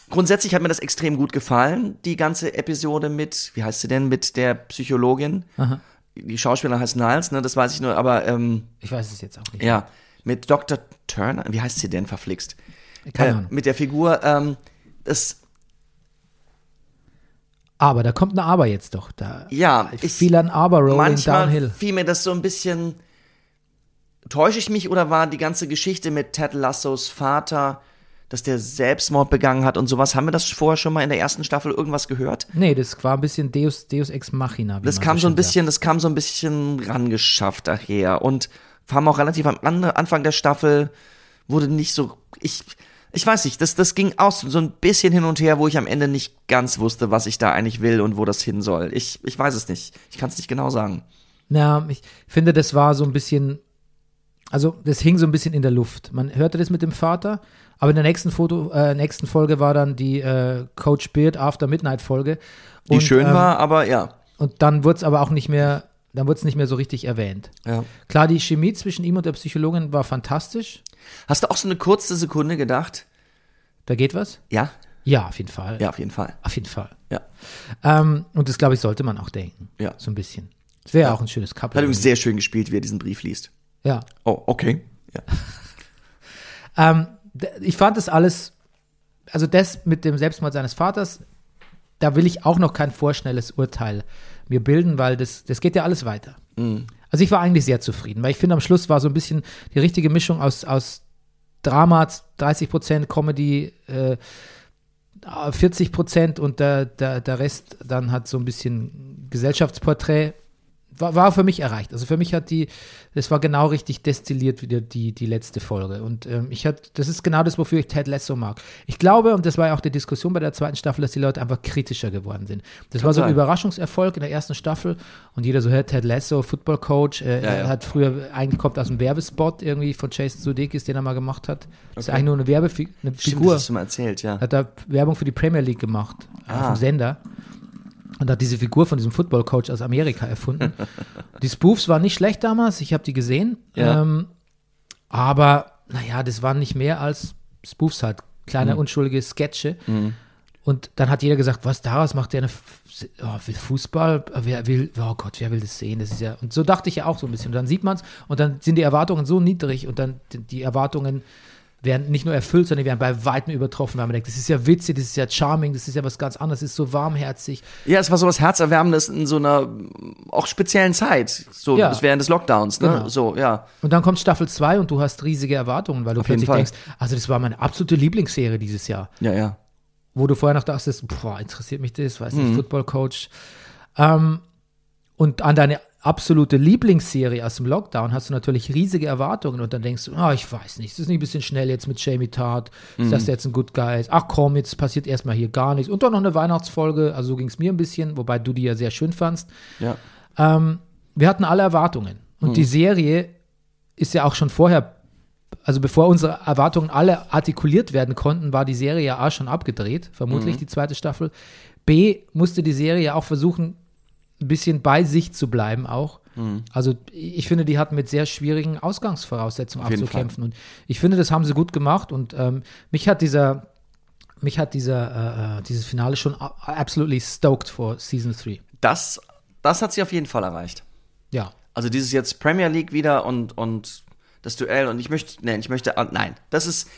Speaker 2: grundsätzlich hat mir das extrem gut gefallen, die ganze Episode mit, wie heißt sie denn, mit der Psychologin. Die Schauspielerin heißt Niles, ne, das weiß ich nur, aber, ähm,
Speaker 1: Ich weiß es jetzt auch nicht.
Speaker 2: ja, mit Dr. Turner, wie heißt sie denn verflixt?
Speaker 1: Keine
Speaker 2: Äh,
Speaker 1: Ahnung.
Speaker 2: Mit der Figur, ähm, das,
Speaker 1: Aber da kommt ein Aber jetzt doch. Da
Speaker 2: ja,
Speaker 1: ich fiel ein Aber rolling
Speaker 2: manchmal
Speaker 1: downhill.
Speaker 2: fiel mir das so ein bisschen, täusche ich mich oder war die ganze Geschichte mit Ted Lassos Vater, dass der Selbstmord begangen hat und sowas, haben wir das vorher schon mal in der ersten Staffel irgendwas gehört?
Speaker 1: Nee, das war ein bisschen Deus, Deus Ex Machina. wie
Speaker 2: Genau, Das
Speaker 1: man
Speaker 2: kam so
Speaker 1: schön
Speaker 2: ein bisschen, das kam so ein bisschen rangeschafft daher und haben auch relativ am An- Anfang der Staffel wurde nicht so ich ich weiß nicht, das das ging auch so ein bisschen hin und her, wo ich am Ende nicht ganz wusste, was ich da eigentlich will und wo das hin soll. Ich ich weiß es nicht. Ich kann es nicht genau sagen.
Speaker 1: sagt. Ja, ich finde, das war so ein bisschen. Also, das hing so ein bisschen in der Luft. Man hörte das mit dem Vater, aber in der nächsten, Foto, äh, nächsten Folge war dann die äh, Coach Beard After Midnight Folge.
Speaker 2: Die
Speaker 1: Und,
Speaker 2: schön
Speaker 1: ähm,
Speaker 2: war, aber ja.
Speaker 1: Und dann wurde es aber auch nicht mehr, dann wurde es nicht mehr so richtig erwähnt.
Speaker 2: Ja.
Speaker 1: Klar, die Chemie zwischen ihm und der Psychologin war fantastisch.
Speaker 2: Hast du auch so eine kurze Sekunde gedacht?
Speaker 1: Da geht was?
Speaker 2: Ja,
Speaker 1: Ja, auf jeden Fall.
Speaker 2: ja, auf jeden Fall.
Speaker 1: Auf jeden Fall.
Speaker 2: Ja.
Speaker 1: Ähm, und das, glaube ich, sollte man auch denken.
Speaker 2: Ja.
Speaker 1: So ein bisschen. Das wäre ja. auch ein schönes
Speaker 2: Hat
Speaker 1: Couple.
Speaker 2: übrigens sehr schön gespielt, wie er diesen Brief liest.
Speaker 1: Ja.
Speaker 2: Oh, okay.
Speaker 1: Ähm, d- ich fand das alles, also das mit dem Selbstmord seines Vaters, da will ich auch noch kein vorschnelles Urteil mir bilden, weil das, das geht ja alles weiter.
Speaker 2: Mhm.
Speaker 1: Also ich war eigentlich sehr zufrieden, weil ich finde, am Schluss war so ein bisschen die richtige Mischung aus, aus Drama, 30%, Comedy, äh, 40% und der, der, der Rest dann hat so ein bisschen Gesellschaftsporträt. War, war für mich erreicht. Also für mich hat die, es war genau richtig destilliert wieder die, die letzte Folge. Und ähm, ich hat, das ist genau das, wofür ich Ted Lasso mag. Ich glaube, und das war ja auch die Diskussion bei der zweiten Staffel, dass die Leute einfach kritischer geworden sind. Das war so ein
Speaker 2: sein.
Speaker 1: Überraschungserfolg in der ersten Staffel und jeder so, hört Ted Lasso, Football Coach, äh, er
Speaker 2: ja.
Speaker 1: hat früher eigentlich kommt aus einem Werbespot irgendwie von Jason Sudeikis, den er mal gemacht hat. Das ist
Speaker 2: Okay.
Speaker 1: eigentlich nur eine Werbefigur. Eine
Speaker 2: Stimmt,
Speaker 1: Figur
Speaker 2: das hast du mal erzählt, ja.
Speaker 1: hat da Werbung für die Premier League gemacht auf
Speaker 2: Ah.
Speaker 1: dem Sender und hat diese Figur von diesem Football Coach aus Amerika erfunden. die Spoofs waren nicht schlecht damals, ich habe die gesehen,
Speaker 2: Ja.
Speaker 1: ähm, aber naja, das waren nicht mehr als Spoofs halt, kleine unschuldige Sketche. Und dann hat jeder gesagt, was daraus macht der eine F oh, will Fußball? Wer will, oh Gott, wer will das sehen? Das ist ja. Und so dachte ich ja auch so ein bisschen. Und dann sieht man es und dann sind die Erwartungen so niedrig und dann die- die Erwartungen werden nicht nur erfüllt, sondern werden bei Weitem übertroffen, weil man denkt, das ist ja witzig, das ist ja charming, das ist ja was ganz anderes, das ist so warmherzig.
Speaker 2: Ja, es war sowas Herzerwärmendes in so einer mm, auch speziellen Zeit, so
Speaker 1: Ja.
Speaker 2: bis während des Lockdowns, ne?
Speaker 1: Genau.
Speaker 2: So, ja.
Speaker 1: Und dann kommt Staffel 2 und du hast riesige Erwartungen, weil du
Speaker 2: jeden
Speaker 1: plötzlich
Speaker 2: Fall.
Speaker 1: denkst, also das war meine absolute Lieblingsserie dieses Jahr.
Speaker 2: Ja, ja.
Speaker 1: wo du vorher noch dachtest, boah, interessiert mich das, weiß
Speaker 2: Mhm.
Speaker 1: nicht, Football Coach. Ähm, und an deine absolute Lieblingsserie aus dem Lockdown hast du natürlich riesige Erwartungen und dann denkst du, ah, ich weiß nicht, ist das nicht ein bisschen schnell jetzt mit Jamie Tart, ist
Speaker 2: Mhm.
Speaker 1: das jetzt ein Good Guy? Ach komm, jetzt passiert erstmal hier gar nichts. Und dann noch eine Weihnachtsfolge, also so ging es mir ein bisschen, wobei du die ja sehr schön fandst.
Speaker 2: Ja.
Speaker 1: Ähm, wir hatten alle Erwartungen. Und die Serie ist ja auch schon vorher, also bevor unsere Erwartungen alle artikuliert werden konnten, war die Serie ja A schon abgedreht, vermutlich die zweite Staffel. B musste die Serie ja auch versuchen, ein bisschen bei sich zu bleiben auch. Also ich finde, die hatten mit sehr schwierigen Ausgangsvoraussetzungen
Speaker 2: jeden
Speaker 1: abzukämpfen. Und ich finde, das haben sie gut gemacht. Und ähm, mich hat dieser, mich hat dieser, äh, äh, dieses Finale schon a- absolutely stoked for Season 3.
Speaker 2: Das, das hat sie auf jeden Fall erreicht.
Speaker 1: Ja.
Speaker 2: Also dieses jetzt Premier League wieder und, und das Duell und ich möchte, nein, ich möchte, ah, nein, das ist,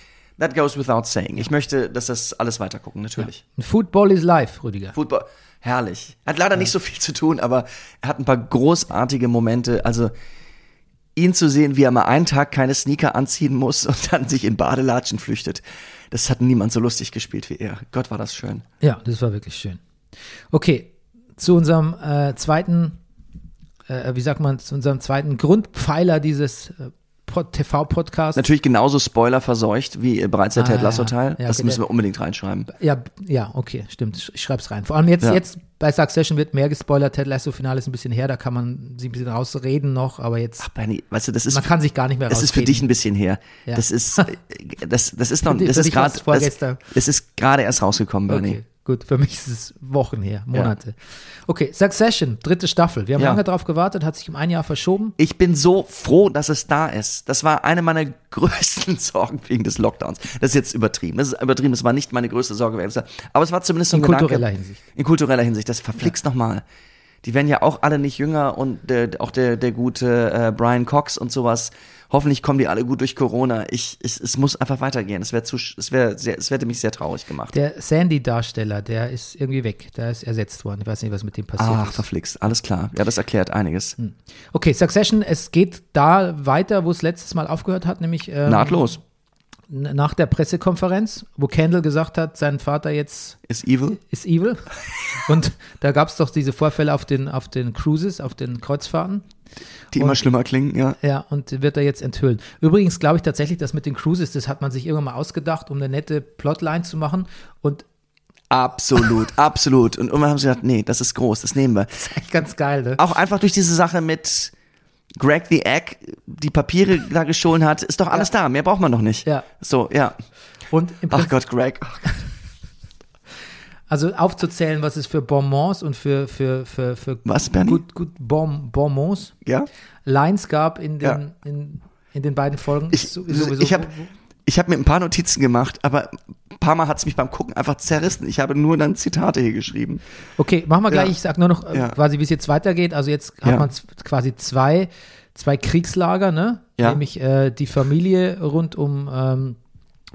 Speaker 2: that goes without saying. Ich möchte, dass das alles weitergucken, natürlich.
Speaker 1: Und Football is life, Rüdiger.
Speaker 2: Football, herrlich. Hat leider nicht so viel zu tun, aber er hat ein paar großartige Momente. Also ihn zu sehen, wie er mal einen Tag keine Sneaker anziehen muss und dann sich in Badelatschen flüchtet. Das hat niemand so lustig gespielt wie er. Gott, war das schön.
Speaker 1: Ja, das war wirklich schön. Okay, zu unserem äh, zweiten, äh, wie sagt man, zu unserem zweiten Grundpfeiler dieses äh, Pod- TV-Podcasts.
Speaker 2: Natürlich genauso spoilerverseucht wie äh, bereits der
Speaker 1: Ah,
Speaker 2: Ted
Speaker 1: ja.
Speaker 2: Lasso-Teil.
Speaker 1: Ja,
Speaker 2: das
Speaker 1: okay,
Speaker 2: müssen
Speaker 1: der-
Speaker 2: wir unbedingt reinschreiben.
Speaker 1: Ja, ja, okay, stimmt. sch- Ich schreib's rein. Vor allem jetzt,
Speaker 2: Ja.
Speaker 1: jetzt bei Succession wird mehr gespoilert. Ted Lasso Finale ist ein bisschen her, da kann man sich ein bisschen rausreden noch, aber jetzt,
Speaker 2: Bernie, weißt du, das ist
Speaker 1: man kann sich gar nicht mehr
Speaker 2: Das
Speaker 1: rausreden.
Speaker 2: ist für dich ein bisschen her.
Speaker 1: Ja. [LAUGHS]
Speaker 2: Das ist, äh, das, das ist noch,
Speaker 1: Für dich-
Speaker 2: das
Speaker 1: für
Speaker 2: ist
Speaker 1: dich war's
Speaker 2: gerade,
Speaker 1: vorgestern.
Speaker 2: das, das ist gerade erst rausgekommen, Bernie.
Speaker 1: Okay, gut. Für mich ist es Wochen her, Monate. Okay, Succession, dritte Staffel. Wir haben
Speaker 2: Ja.
Speaker 1: lange drauf gewartet, hat sich um ein Jahr verschoben.
Speaker 2: Ich bin so froh, dass es da ist. Das war eine meiner [LAUGHS] größten Sorgen wegen des Lockdowns. Das ist jetzt übertrieben. Das ist übertrieben. Das war nicht meine größte Sorge. während des- Aber es war zumindest so ein
Speaker 1: In
Speaker 2: Gedanke-
Speaker 1: kultureller Hinsicht.
Speaker 2: In kultureller Hinsicht. Das verflixt nochmal. Die werden ja auch alle nicht jünger und der, auch der, der gute äh, Brian Cox und sowas. Hoffentlich kommen die alle gut durch Corona. Ich, ich, es muss einfach weitergehen. Es wäre zu, sch- es wäre sehr, es hätte mich sehr traurig gemacht.
Speaker 1: Der Sandy-Darsteller, der ist irgendwie weg. Der ist ersetzt worden. Ich weiß nicht, was mit dem passiert
Speaker 2: Ach,
Speaker 1: ist. Hm.
Speaker 2: verflixt. Alles klar. Ja, das erklärt einiges.
Speaker 1: Okay, Succession, es geht da weiter, wo es letztes Mal aufgehört hat, nämlich ähm,
Speaker 2: Nahtlos.
Speaker 1: n- nach der Pressekonferenz, wo Kendall gesagt hat, sein Vater jetzt
Speaker 2: Ist evil.
Speaker 1: ist
Speaker 2: [LAUGHS]
Speaker 1: evil. Und da gab es doch diese Vorfälle auf den, auf den Cruises, auf den Kreuzfahrten.
Speaker 2: Die immer schlimmer klingen, ja.
Speaker 1: Ja, und wird er jetzt enthüllen. Übrigens glaube ich tatsächlich, dass mit den Cruises, das hat man sich irgendwann mal ausgedacht, um eine nette Plotline zu machen. Und [LAUGHS]
Speaker 2: Absolut, absolut. Und irgendwann haben sie gedacht, nee, das ist groß, das nehmen wir.
Speaker 1: das ist eigentlich ganz geil, ne?
Speaker 2: Auch einfach durch diese Sache mit Greg the Egg, die Papiere da gestohlen hat, ist doch alles da. Mehr braucht man noch nicht.
Speaker 1: Ja.
Speaker 2: So, ja.
Speaker 1: Und im
Speaker 2: Ach Gott, Greg. Ach Gott.
Speaker 1: Also aufzuzählen, was es für Bonbons und für, für, für, für
Speaker 2: Was, Bernie?
Speaker 1: gut, gut bon, Bonbons
Speaker 2: Ja.
Speaker 1: Lines gab in den,
Speaker 2: Ja.
Speaker 1: in, in den beiden Folgen.
Speaker 2: Ich,
Speaker 1: ist so- sowieso-
Speaker 2: ich habe ich hab mir ein paar Notizen gemacht, aber ein paar Mal hat es mich beim Gucken einfach zerrissen. Ich habe nur dann Zitate hier geschrieben.
Speaker 1: okay, machen wir gleich.
Speaker 2: Ja.
Speaker 1: Ich sag nur noch äh,
Speaker 2: Ja.
Speaker 1: quasi, wie es jetzt weitergeht. Also jetzt hat
Speaker 2: Ja.
Speaker 1: man z- quasi zwei, zwei Kriegslager, ne?
Speaker 2: Ja.
Speaker 1: nämlich äh, die Familie rund um ähm,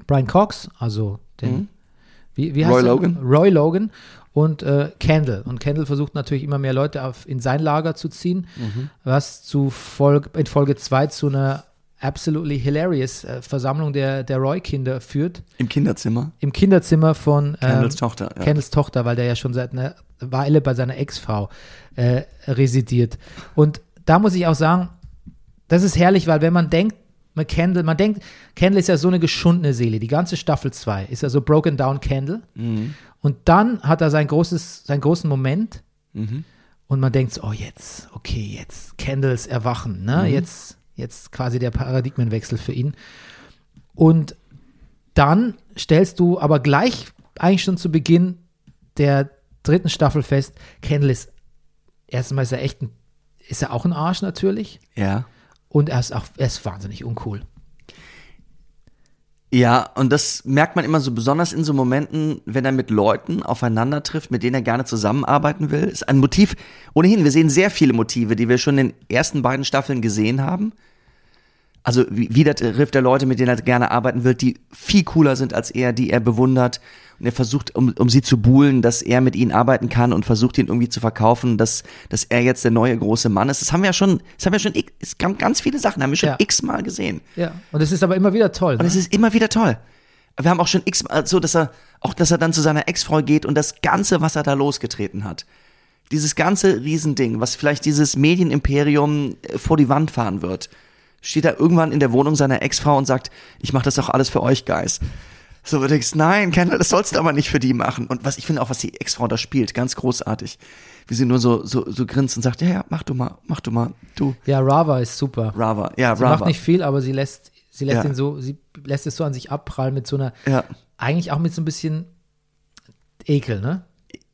Speaker 1: Brian Cox, also den,
Speaker 2: Mhm.
Speaker 1: wie, wie heißt
Speaker 2: Roy
Speaker 1: er?
Speaker 2: Logan.
Speaker 1: Roy Logan und äh, Kendall. Und Kendall versucht natürlich immer mehr Leute auf, in sein Lager zu ziehen,
Speaker 2: Mhm.
Speaker 1: was zu Folge, in Folge 2 zu einer absolutely hilarious äh, Versammlung der, der Roy-Kinder führt.
Speaker 2: Im Kinderzimmer.
Speaker 1: Im Kinderzimmer von ähm,
Speaker 2: Kendalls Tochter. Ja.
Speaker 1: Kendalls Tochter, weil der ja schon seit einer Weile bei seiner Ex-Frau äh, residiert. Und da muss ich auch sagen, das ist herrlich, weil wenn man denkt, mit Kendall, man denkt, Kendall ist ja so eine geschundene Seele. Die ganze Staffel 2 ist ja so broken down Kendall. Und dann hat er sein großes, seinen großen Moment und man denkt so, oh jetzt, okay, jetzt Kendalls Erwachen, ne? Jetzt, jetzt quasi der Paradigmenwechsel für ihn. Und dann stellst du aber gleich eigentlich schon zu Beginn der dritten Staffel fest, Kendall ist erstmal ist er echt ein, ist er auch ein Arsch natürlich
Speaker 2: ja.
Speaker 1: und er ist auch er ist wahnsinnig uncool.
Speaker 2: Ja, und das merkt man immer so besonders in so Momenten, wenn er mit Leuten aufeinander trifft, mit denen er gerne zusammenarbeiten will. Ist ein Motiv, ohnehin, wir sehen sehr viele Motive, die wir schon in den ersten beiden Staffeln gesehen haben. Also wie- wieder trifft er Leute, mit denen er gerne arbeiten will, die viel cooler sind als er, die er bewundert. Und er versucht, um, um sie zu buhlen, dass er mit ihnen arbeiten kann und versucht, ihn irgendwie zu verkaufen, dass, dass er jetzt der neue große Mann ist. Das haben wir ja schon, das haben wir schon, x- es haben ganz viele Sachen, haben wir schon
Speaker 1: Ja.
Speaker 2: x-mal gesehen.
Speaker 1: Ja. Und es ist aber immer wieder toll.
Speaker 2: Und
Speaker 1: Ne?
Speaker 2: es ist immer wieder toll. Wir haben auch schon x mal so, dass er auch, dass er dann zu seiner Ex-Frau geht und das ganze, was er da losgetreten hat, dieses ganze Riesending, was vielleicht dieses Medienimperium äh, vor die Wand fahren wird, steht er irgendwann in der Wohnung seiner Ex-Frau und sagt: Ich mache das auch alles für euch, Guys. So, wo du denkst, nein, Kendall, das sollst du aber nicht für die machen. Und was ich finde auch, was die Ex-Frau da spielt, ganz großartig. Wie sie nur so, so, so grinst und sagt, ja, ja, mach du mal, mach du mal, du,
Speaker 1: Ja, Rava ist super.
Speaker 2: Rava, ja,
Speaker 1: Sie
Speaker 2: Rava.
Speaker 1: macht nicht viel, aber sie lässt sie lässt
Speaker 2: Ja.
Speaker 1: ihn so sie lässt es so an sich abprallen mit so einer
Speaker 2: Ja.
Speaker 1: eigentlich auch mit so ein bisschen Ekel, ne?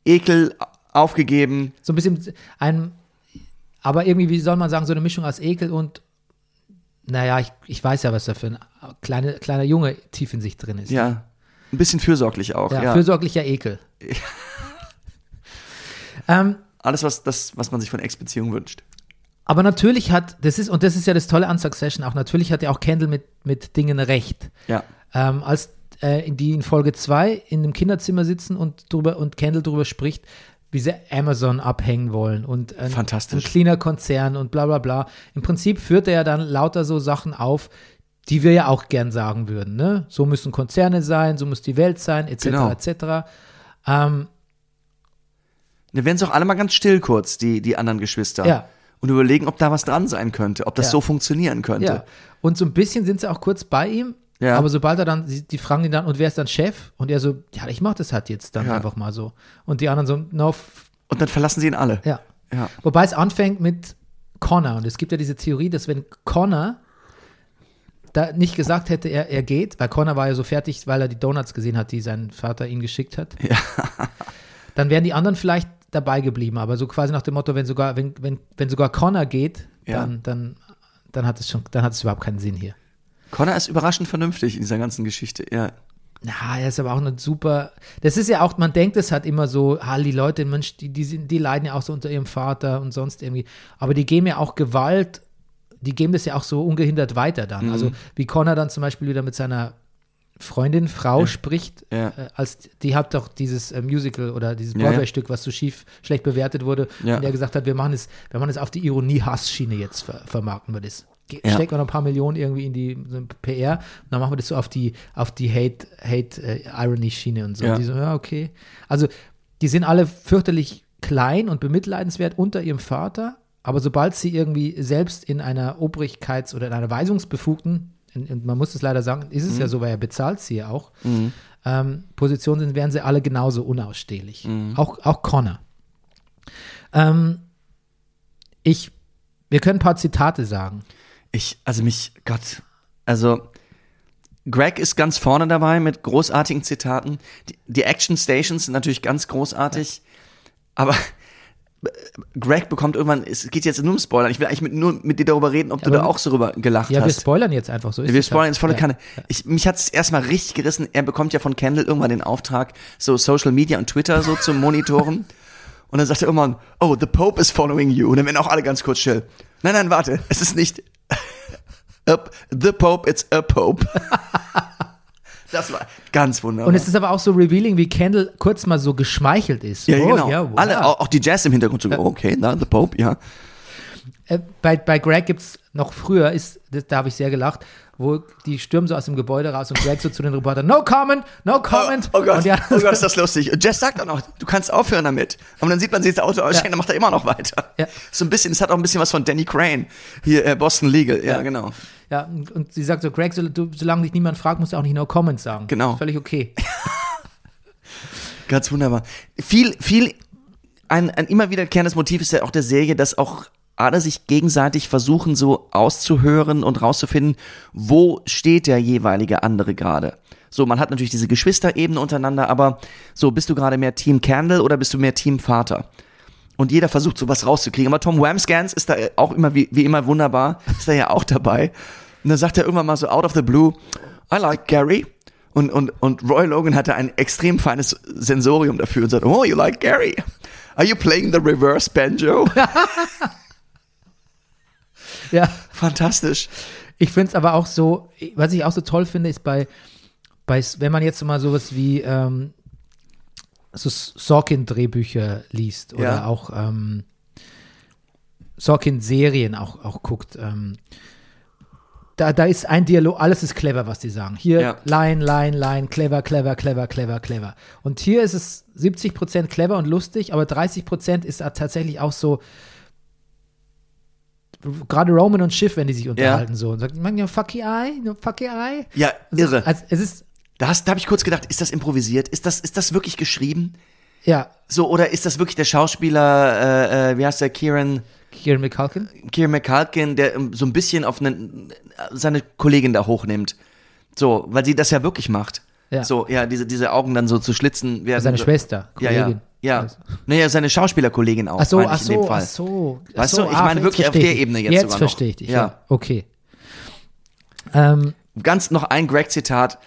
Speaker 2: Ekel, aufgegeben,
Speaker 1: So ein bisschen ein, aber irgendwie, wie soll man sagen, so eine Mischung aus Ekel und, naja, ich, ich weiß ja, was da für ein kleine, kleiner Junge tief in sich drin ist.
Speaker 2: Ja. Ein bisschen fürsorglich auch,
Speaker 1: Ja,
Speaker 2: ja.
Speaker 1: Fürsorglicher Ekel. [LAUGHS] ähm,
Speaker 2: Alles, was, das, was man sich von Ex-Beziehungen wünscht.
Speaker 1: aber natürlich hat, das ist, und das ist ja das Tolle an Succession auch, natürlich hat ja auch Kendall mit, mit Dingen recht.
Speaker 2: Ja.
Speaker 1: ähm, als äh, die in Folge 2 in einem Kinderzimmer sitzen und drüber und Kendall drüber spricht, wie sie Amazon abhängen wollen und ein,
Speaker 2: Fantastisch.
Speaker 1: ein cleaner Konzern und bla bla bla. Im Prinzip führt er ja dann lauter so Sachen auf, die wir ja auch gern sagen würden. Ne? So müssen Konzerne sein, so muss die Welt sein, etc.
Speaker 2: Genau.
Speaker 1: etc. Ähm,
Speaker 2: Dann werden sie auch alle mal ganz still kurz, die, die anderen Geschwister.
Speaker 1: Ja.
Speaker 2: Und überlegen, ob da was dran sein könnte, ob das
Speaker 1: Ja.
Speaker 2: so funktionieren
Speaker 1: ja.
Speaker 2: könnte.
Speaker 1: Und so ein bisschen sind sie auch kurz bei ihm.
Speaker 2: äh, Ja.
Speaker 1: Aber sobald er dann, sie- die fragen ihn dann, und wer ist dann Chef? Und er so, ja, ich mach das halt jetzt dann
Speaker 2: Ja.
Speaker 1: einfach mal so. Und die anderen so, no, f-
Speaker 2: Und dann verlassen sie ihn alle.
Speaker 1: ja.
Speaker 2: Ja.
Speaker 1: Wobei es anfängt mit Connor. Und es gibt ja diese Theorie, dass wenn Connor da nicht gesagt hätte, er, er geht, weil Connor war ja so fertig, weil er die Donuts gesehen hat, die sein Vater ihm geschickt hat, [LAUGHS] dann wären die anderen vielleicht dabei geblieben. Aber so quasi nach dem Motto, wenn sogar, wenn, wenn, wenn sogar Connor geht,
Speaker 2: Ja.
Speaker 1: dann, dann, dann hat es schon, dann hat es überhaupt keinen Sinn hier.
Speaker 2: Connor ist überraschend vernünftig in dieser ganzen Geschichte. Ja.
Speaker 1: Na, er ist aber auch ein super. Das ist ja auch, man denkt es halt immer so, ah, die Leute, Mensch, die, die, sind, die leiden ja auch so unter ihrem Vater und sonst irgendwie. Aber die geben ja auch Gewalt, die geben das ja auch so ungehindert weiter
Speaker 2: Mhm.
Speaker 1: dann. Also wie Connor dann zum Beispiel wieder mit seiner Freundin, Frau spricht,
Speaker 2: Ja.
Speaker 1: Äh, als die hat doch dieses äh, Musical oder dieses
Speaker 2: Ja, ja.
Speaker 1: Broadway-Stück, was so schief, schlecht bewertet wurde,
Speaker 2: Ja.
Speaker 1: und er gesagt hat, wir machen es, wir machen es auf die Ironie-Hass-Schiene jetzt ver vermarkten wir das. Ge
Speaker 2: Ja.
Speaker 1: Stecken wir noch ein paar Millionen irgendwie in die so ein PR und dann machen wir das so auf die auf die Hate Hate äh, Irony Schiene und so.
Speaker 2: Ja.
Speaker 1: Und Die so ja okay. Also die sind alle fürchterlich klein und bemitleidenswert unter ihrem Vater, aber sobald sie irgendwie selbst in einer Obrigkeits- oder in einer Weisungsbefugten und- und man muss es leider sagen, ist
Speaker 2: Mhm.
Speaker 1: es ja so, weil er bezahlt sie ja auch. Ähm, Position sind, wären sie alle genauso unausstehlich.
Speaker 2: Mhm.
Speaker 1: Auch, auch Connor. Ähm, ich, wir können ein paar Zitate sagen.
Speaker 2: Ich, also mich, Gott. Also, Greg ist ganz vorne dabei mit großartigen Zitaten. Die, die Action Stations sind natürlich ganz großartig. Aber äh, Greg bekommt irgendwann, es geht jetzt nur um Spoilern. Ich will eigentlich mit, nur mit dir darüber reden, ob du
Speaker 1: aber-
Speaker 2: da auch so rüber gelacht
Speaker 1: Ja, wir
Speaker 2: hast.
Speaker 1: spoilern jetzt einfach so. ist
Speaker 2: Wir
Speaker 1: es
Speaker 2: spoilern
Speaker 1: halt.
Speaker 2: jetzt volle
Speaker 1: ja.
Speaker 2: Kanne. Ich, mich hat es erstmal richtig gerissen. Er bekommt ja von Kendall irgendwann den Auftrag, so Social Media und Twitter so
Speaker 1: [LAUGHS]
Speaker 2: zu monitoren. und dann sagt er irgendwann, oh, the Pope is following you. Und dann werden auch alle ganz kurz still. Nein, nein, warte, es ist nicht. [LAUGHS] up the Pope, it's a
Speaker 1: [LAUGHS]
Speaker 2: Pope. das war ganz wunderbar.
Speaker 1: Und es ist aber auch so revealing, wie Kendall kurz mal so geschmeichelt ist.
Speaker 2: ja,
Speaker 1: Oh,
Speaker 2: genau.
Speaker 1: ja, wow.
Speaker 2: Alle, auch, auch die Jazz im Hintergrund so, okay, na, the Pope, ja.
Speaker 1: Äh, bei, bei Greg gibt es noch früher, ist, das, da habe ich sehr gelacht, wo die stürmen so aus dem Gebäude raus und Greg so zu den Reportern, no comment, no comment.
Speaker 2: Oh, oh Gott,
Speaker 1: und ja, [LAUGHS]
Speaker 2: oh Gott, ist das lustig. Und Jess sagt auch noch, du kannst aufhören damit. Aber dann sieht man sie ins Auto aussteigen, dann macht er immer noch weiter.
Speaker 1: Ja.
Speaker 2: So ein bisschen, es hat auch ein bisschen was von Danny Crane. Hier, äh, Boston Legal. Ja, genau.
Speaker 1: ja, und und sie sagt so, Greg, so, du, solange dich niemand fragt, musst du auch nicht no comment sagen.
Speaker 2: Genau.
Speaker 1: Völlig okay.
Speaker 2: Ganz wunderbar. Viel, viel, ein, ein immer wiederkehrendes Motiv ist ja auch der Serie, dass auch alle sich gegenseitig versuchen, so auszuhören und rauszufinden, wo steht der jeweilige andere gerade. So, man hat natürlich diese Geschwisterebene untereinander, aber so, bist du gerade mehr Team Candle oder bist du mehr Team Vater? Und jeder versucht, sowas rauszukriegen. Aber Tom Wamscans ist da auch immer, wie, wie immer, wunderbar, ist da ja auch dabei. Und dann sagt er irgendwann mal so out of the blue, I like Gary. Und, und, und Roy Logan hatte ein extrem feines Sensorium dafür und sagt, oh, you like Gary. Are you playing the reverse banjo?
Speaker 1: ja.
Speaker 2: Fantastisch.
Speaker 1: Ich finde es aber auch so, was ich auch so toll finde, ist bei, bei wenn man jetzt mal sowas wie ähm, so Sorkin-Drehbücher liest oder
Speaker 2: Ja.
Speaker 1: auch ähm, Sorkin-Serien auch, auch guckt, ähm, da, da ist ein Dialog, alles ist clever, was die sagen. Hier
Speaker 2: Ja.
Speaker 1: Line, Line, Line, clever, clever, clever, clever, clever. Und hier ist es 70% clever und lustig, aber 30% ist tatsächlich auch so, gerade Roman und Schiff, wenn die sich unterhalten so und sagt, man, ja, fucky eye, no fucky eye.
Speaker 2: Ja, irre.
Speaker 1: Also es ist,
Speaker 2: Da, hast- da habe ich kurz gedacht, ist das improvisiert? Ist das, ist das wirklich geschrieben?
Speaker 1: ja,
Speaker 2: So, oder ist das wirklich der Schauspieler, äh, äh, wie heißt der, Kieran?
Speaker 1: Kieran McCulkin.
Speaker 2: Kieran McCulkin, der ähm, so ein bisschen auf einen, seine Kollegin da hochnimmt. So, weil sie das ja wirklich macht.
Speaker 1: Ja.
Speaker 2: So, ja, diese, diese Augen dann so zu schlitzen. Werden
Speaker 1: Seine
Speaker 2: Also, so,
Speaker 1: Schwester,
Speaker 2: Ja,
Speaker 1: Kollegin. Also,
Speaker 2: ja. ja. Naja, seine Schauspielerkollegin auch.
Speaker 1: Ach so,
Speaker 2: meine ich
Speaker 1: ach
Speaker 2: in dem
Speaker 1: so,
Speaker 2: Fall.
Speaker 1: ach so. ach
Speaker 2: Weißt
Speaker 1: so,
Speaker 2: du, ich
Speaker 1: ah,
Speaker 2: meine wirklich auf
Speaker 1: verstehe
Speaker 2: der
Speaker 1: ich.
Speaker 2: Ebene jetzt
Speaker 1: Jetzt
Speaker 2: sogar noch.
Speaker 1: verstehe ich dich, ja.
Speaker 2: Ja.
Speaker 1: Okay. Ähm,
Speaker 2: Ganz noch ein Greg-Zitat.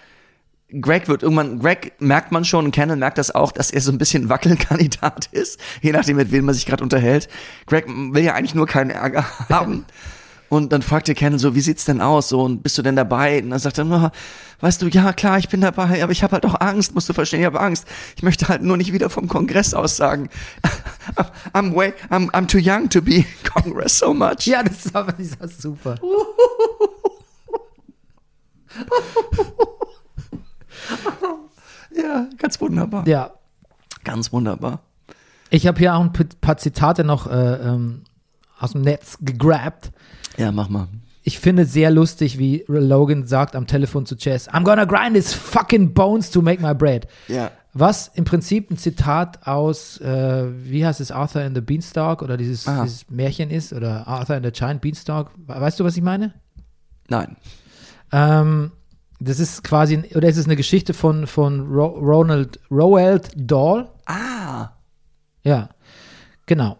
Speaker 2: Greg wird irgendwann, Greg merkt man schon, und Kendall merkt das auch, dass er so ein bisschen Wackelkandidat [LAUGHS] ist, je nachdem, mit wem man sich gerade unterhält. Greg will ja eigentlich nur keinen Ärger [LAUGHS] haben. Und dann fragt der Kendall so, wie sieht's denn aus? So, und bist du denn dabei? Und dann sagt er, "Na, weißt du, ja klar, ich bin dabei, aber ich habe halt auch Angst, musst du verstehen, ich habe Angst. Ich möchte halt nur nicht wieder vom Kongress aussagen. [LAUGHS] I'm way, I'm, I'm too young to be Congress so much.
Speaker 1: ja, das ist aber das ist auch super.
Speaker 2: ja ganz wunderbar.
Speaker 1: Ja.
Speaker 2: Ganz wunderbar.
Speaker 1: Ich habe hier auch ein paar Zitate noch äh, ähm, aus dem Netz gegrabt.
Speaker 2: Ja, mach mal.
Speaker 1: Ich finde sehr lustig, wie Logan sagt am Telefon zu Jess, I'm gonna grind his fucking bones to make my bread.
Speaker 2: Ja.
Speaker 1: Was im Prinzip ein Zitat aus, äh, wie heißt es, Arthur and the Beanstalk oder dieses,
Speaker 2: Ah.
Speaker 1: dieses Märchen ist oder Arthur and the Giant Beanstalk. We- Weißt du, was ich meine?
Speaker 2: Nein.
Speaker 1: Ähm, das ist quasi, ein, oder ist es eine Geschichte von, von Ro Ronald, Roald Dahl?
Speaker 2: Ah.
Speaker 1: Ja, genau.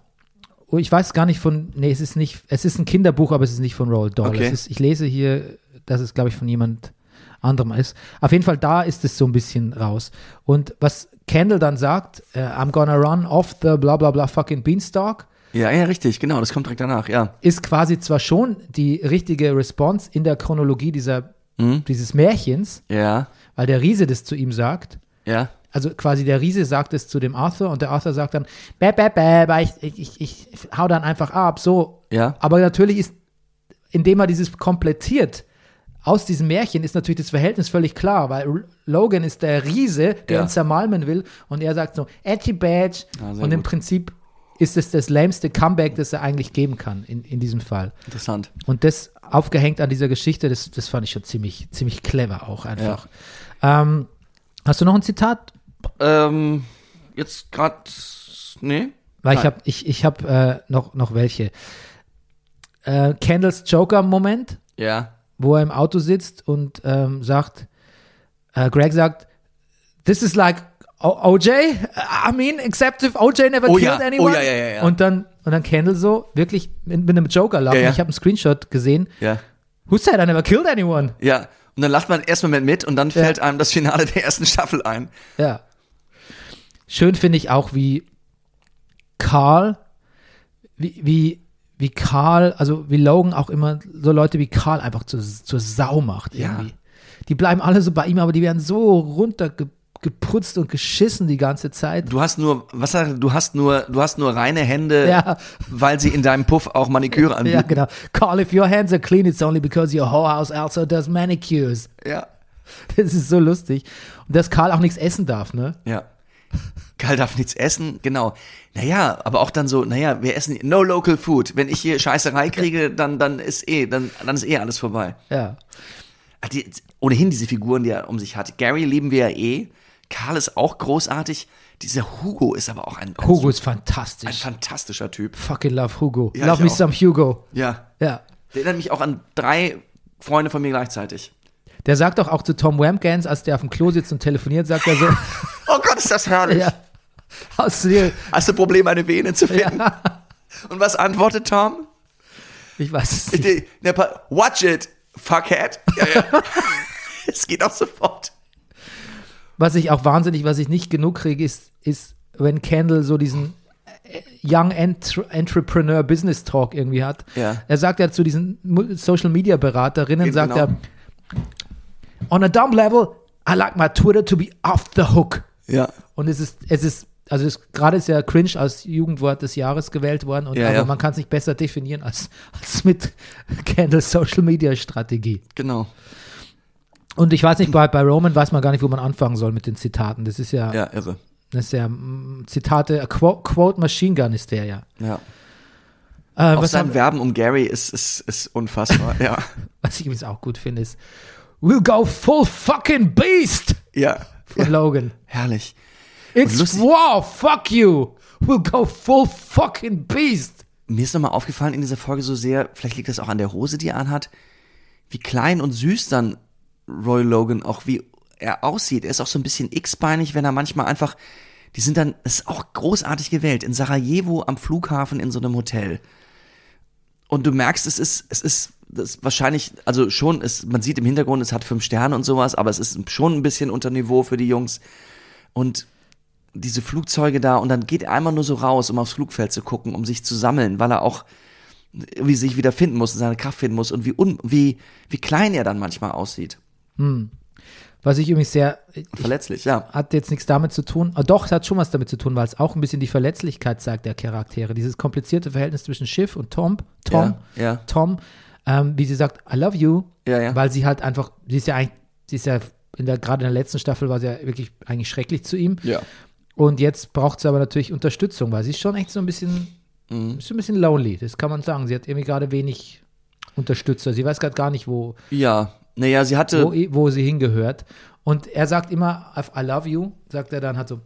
Speaker 1: Oh, Ich weiß gar nicht von, nee, es ist nicht, es ist ein Kinderbuch, aber es ist nicht von Roald Dahl.
Speaker 2: Okay.
Speaker 1: Es ist, ich lese hier, dass es, glaube ich, von jemand anderem ist. Auf jeden Fall, da ist es so ein bisschen raus. Und was Kendall dann sagt, äh, I'm gonna run off the bla bla bla fucking Beanstalk,
Speaker 2: Ja, ja, richtig, genau, das kommt direkt danach, ja.
Speaker 1: ist quasi zwar schon die richtige Response in der Chronologie dieser,
Speaker 2: Mhm.
Speaker 1: dieses Märchens,
Speaker 2: Ja,
Speaker 1: weil der Riese das zu ihm sagt,
Speaker 2: ja.
Speaker 1: also quasi der Riese sagt es zu dem Arthur und der Arthur sagt dann, bäh, bäh, bäh, bäh, ich, ich, ich, ich hau dann einfach ab, so.
Speaker 2: Ja.
Speaker 1: Aber natürlich ist, indem er dieses komplettiert, aus diesem Märchen ist natürlich das Verhältnis völlig klar, weil R- Logan ist der Riese, der
Speaker 2: Ja.
Speaker 1: ihn zermalmen will und er sagt so, edgy badge
Speaker 2: Ah, sehr
Speaker 1: und im
Speaker 2: gut.
Speaker 1: Prinzip ist es das lämste Comeback, das er eigentlich geben kann in, in diesem Fall.
Speaker 2: Interessant.
Speaker 1: Und das aufgehängt an dieser Geschichte, das, das fand ich schon ziemlich, ziemlich clever auch einfach. Ähm, hast du noch ein Zitat
Speaker 2: Ähm, jetzt grad. Nee?
Speaker 1: Weil ich
Speaker 2: Nein.
Speaker 1: habe ich, ich hab, äh, noch, noch welche. Äh, Kendalls Joker-Moment,
Speaker 2: Ja.
Speaker 1: wo er im Auto sitzt und ähm, sagt, äh, Greg sagt, this is like O- OJ, I mean, except if OJ never
Speaker 2: Oh
Speaker 1: killed
Speaker 2: ja, oh
Speaker 1: anyone.
Speaker 2: ja, ja, ja, ja.
Speaker 1: Und dann, und dann Kendall so, wirklich mit, mit einem Joker lachen.
Speaker 2: Ja, ja.
Speaker 1: Ich habe einen Screenshot gesehen.
Speaker 2: Ja.
Speaker 1: Who said I never killed anyone?
Speaker 2: Ja. Und dann lacht man erstmal mit mit und dann fällt einem das Finale der ersten Staffel ein.
Speaker 1: Ja. Schön finde ich auch, wie Karl, wie, wie, wie Karl, also wie Logan auch immer so Leute wie Karl einfach zur, zur Sau macht
Speaker 2: Ja.
Speaker 1: irgendwie. Die bleiben alle so bei ihm, aber die werden so runtergeputzt und geschissen die ganze Zeit.
Speaker 2: Du hast nur, was sagt er? du hast nur, du hast nur reine Hände,
Speaker 1: Ja.
Speaker 2: weil sie in deinem Puff auch Maniküre
Speaker 1: Ja,
Speaker 2: anbieten.
Speaker 1: genau. Karl, if your hands are clean, it's only because your whorehouse also does manicures. [LAUGHS]
Speaker 2: Ja, ja.
Speaker 1: Das ist so lustig. Und dass Karl auch nichts essen darf, ne?
Speaker 2: Karl darf nichts essen, genau. Naja, aber auch dann so, naja, wir essen no local food. Wenn ich hier Scheißerei kriege, dann, dann ist eh, dann, dann ist eh alles vorbei.
Speaker 1: Ja.
Speaker 2: Ah, Die, ohnehin diese Figuren, die er um sich hat. Gary lieben wir ja eh. Karl ist auch großartig. Dieser Hugo ist aber auch ein, ein,
Speaker 1: Hugo ist
Speaker 2: ein
Speaker 1: fantastisch.
Speaker 2: fantastischer Typ.
Speaker 1: Fucking love Hugo.
Speaker 2: Ja,
Speaker 1: love me
Speaker 2: ich auch.
Speaker 1: some Hugo.
Speaker 2: Ja.
Speaker 1: Ja.
Speaker 2: Der erinnert mich auch an drei Freunde von mir gleichzeitig.
Speaker 1: Der sagt doch auch zu Tom Wamgans, als der auf dem Klo sitzt und telefoniert, sagt
Speaker 2: [LAUGHS]
Speaker 1: er so,
Speaker 2: Oh Gott, ist das herrlich.
Speaker 1: ja, hast du dir,
Speaker 2: Hast du Probleme, eine Vene zu finden? Und was antwortet Tom?
Speaker 1: ich weiß es nicht.
Speaker 2: Die- der Pa- Watch it, fuckhead. Ja, [LAUGHS] ja. es geht auch sofort.
Speaker 1: Was ich auch wahnsinnig, was ich nicht genug kriege, ist, ist, wenn Kendall so diesen äh, Young Entre Entrepreneur Business Talk irgendwie hat.
Speaker 2: Ja.
Speaker 1: Er sagt ja zu diesen Mu- Social Media Beraterinnen,
Speaker 2: Eben
Speaker 1: sagt
Speaker 2: genau.
Speaker 1: er, on a dumb level, I like my Twitter to be off the hook.
Speaker 2: Ja.
Speaker 1: Und es ist, es ist, also es, gerade ist ja Cringe als Jugendwort des Jahres gewählt worden, und,
Speaker 2: Ja,
Speaker 1: aber
Speaker 2: ja.
Speaker 1: man kann es nicht besser definieren als, als mit [LAUGHS] Candles Social Media Strategie.
Speaker 2: Genau.
Speaker 1: Und ich weiß nicht, bei, bei Roman weiß man gar nicht, wo man anfangen soll mit den Zitaten. Das ist ja,
Speaker 2: Ja, irre.
Speaker 1: das ist ja mm, Zitate, Quote, Quote Machine Gun ist der ja.
Speaker 2: Ja.
Speaker 1: Äh,
Speaker 2: Auch
Speaker 1: was,
Speaker 2: sein
Speaker 1: haben,
Speaker 2: Werben um Gary ist, ist, ist unfassbar. [LAUGHS] ja.
Speaker 1: was ich übrigens auch gut finde, ist We'll go full fucking beast
Speaker 2: Ja.
Speaker 1: von Logan.
Speaker 2: Herrlich.
Speaker 1: It's
Speaker 2: lustig-
Speaker 1: wow, fuck you. We'll go full fucking beast.
Speaker 2: Mir ist nochmal aufgefallen in dieser Folge so sehr, vielleicht liegt das auch an der Hose, die er anhat, wie klein und süß dann Roy Logan auch, wie er aussieht. Er ist auch so ein bisschen x-beinig, wenn er manchmal einfach, die sind dann, das ist auch großartig gewählt, in Sarajevo am Flughafen in so einem Hotel. Und du merkst, es ist, es ist, das ist wahrscheinlich, also schon, es, man sieht im Hintergrund, es hat fünf Sterne und sowas, aber es ist schon ein bisschen unter Niveau für die Jungs. Und diese Flugzeuge da und dann geht er einmal nur so raus, um aufs Flugfeld zu gucken, um sich zu sammeln, weil er auch irgendwie sich wieder finden muss und seine Kraft finden muss und wie, un wie, wie klein er dann manchmal aussieht.
Speaker 1: Was ich übrigens sehr,
Speaker 2: Verletzlich, ja.
Speaker 1: hat jetzt nichts damit zu tun. Ah, doch, es hat schon was damit zu tun, weil es auch ein bisschen die Verletzlichkeit zeigt der Charaktere. Dieses komplizierte Verhältnis zwischen Schiff und Tom, Tom,
Speaker 2: Ja, ja.
Speaker 1: Tom, ähm, wie sie sagt, I love you,
Speaker 2: Ja, ja.
Speaker 1: weil sie halt einfach, sie ist ja eigentlich, sie ist ja in der, gerade in der letzten Staffel war sie ja wirklich eigentlich schrecklich zu ihm.
Speaker 2: Ja.
Speaker 1: Und jetzt braucht sie aber natürlich Unterstützung, weil sie ist schon echt so ein bisschen,
Speaker 2: Mhm.
Speaker 1: ist so ein bisschen lonely, das kann man sagen. Sie hat irgendwie gerade wenig Unterstützer. Sie weiß gerade gar nicht, wo,
Speaker 2: Ja. Naja, sie
Speaker 1: wo,
Speaker 2: hatte.
Speaker 1: wo sie hingehört. Und er sagt immer, if I love you, sagt er dann halt so,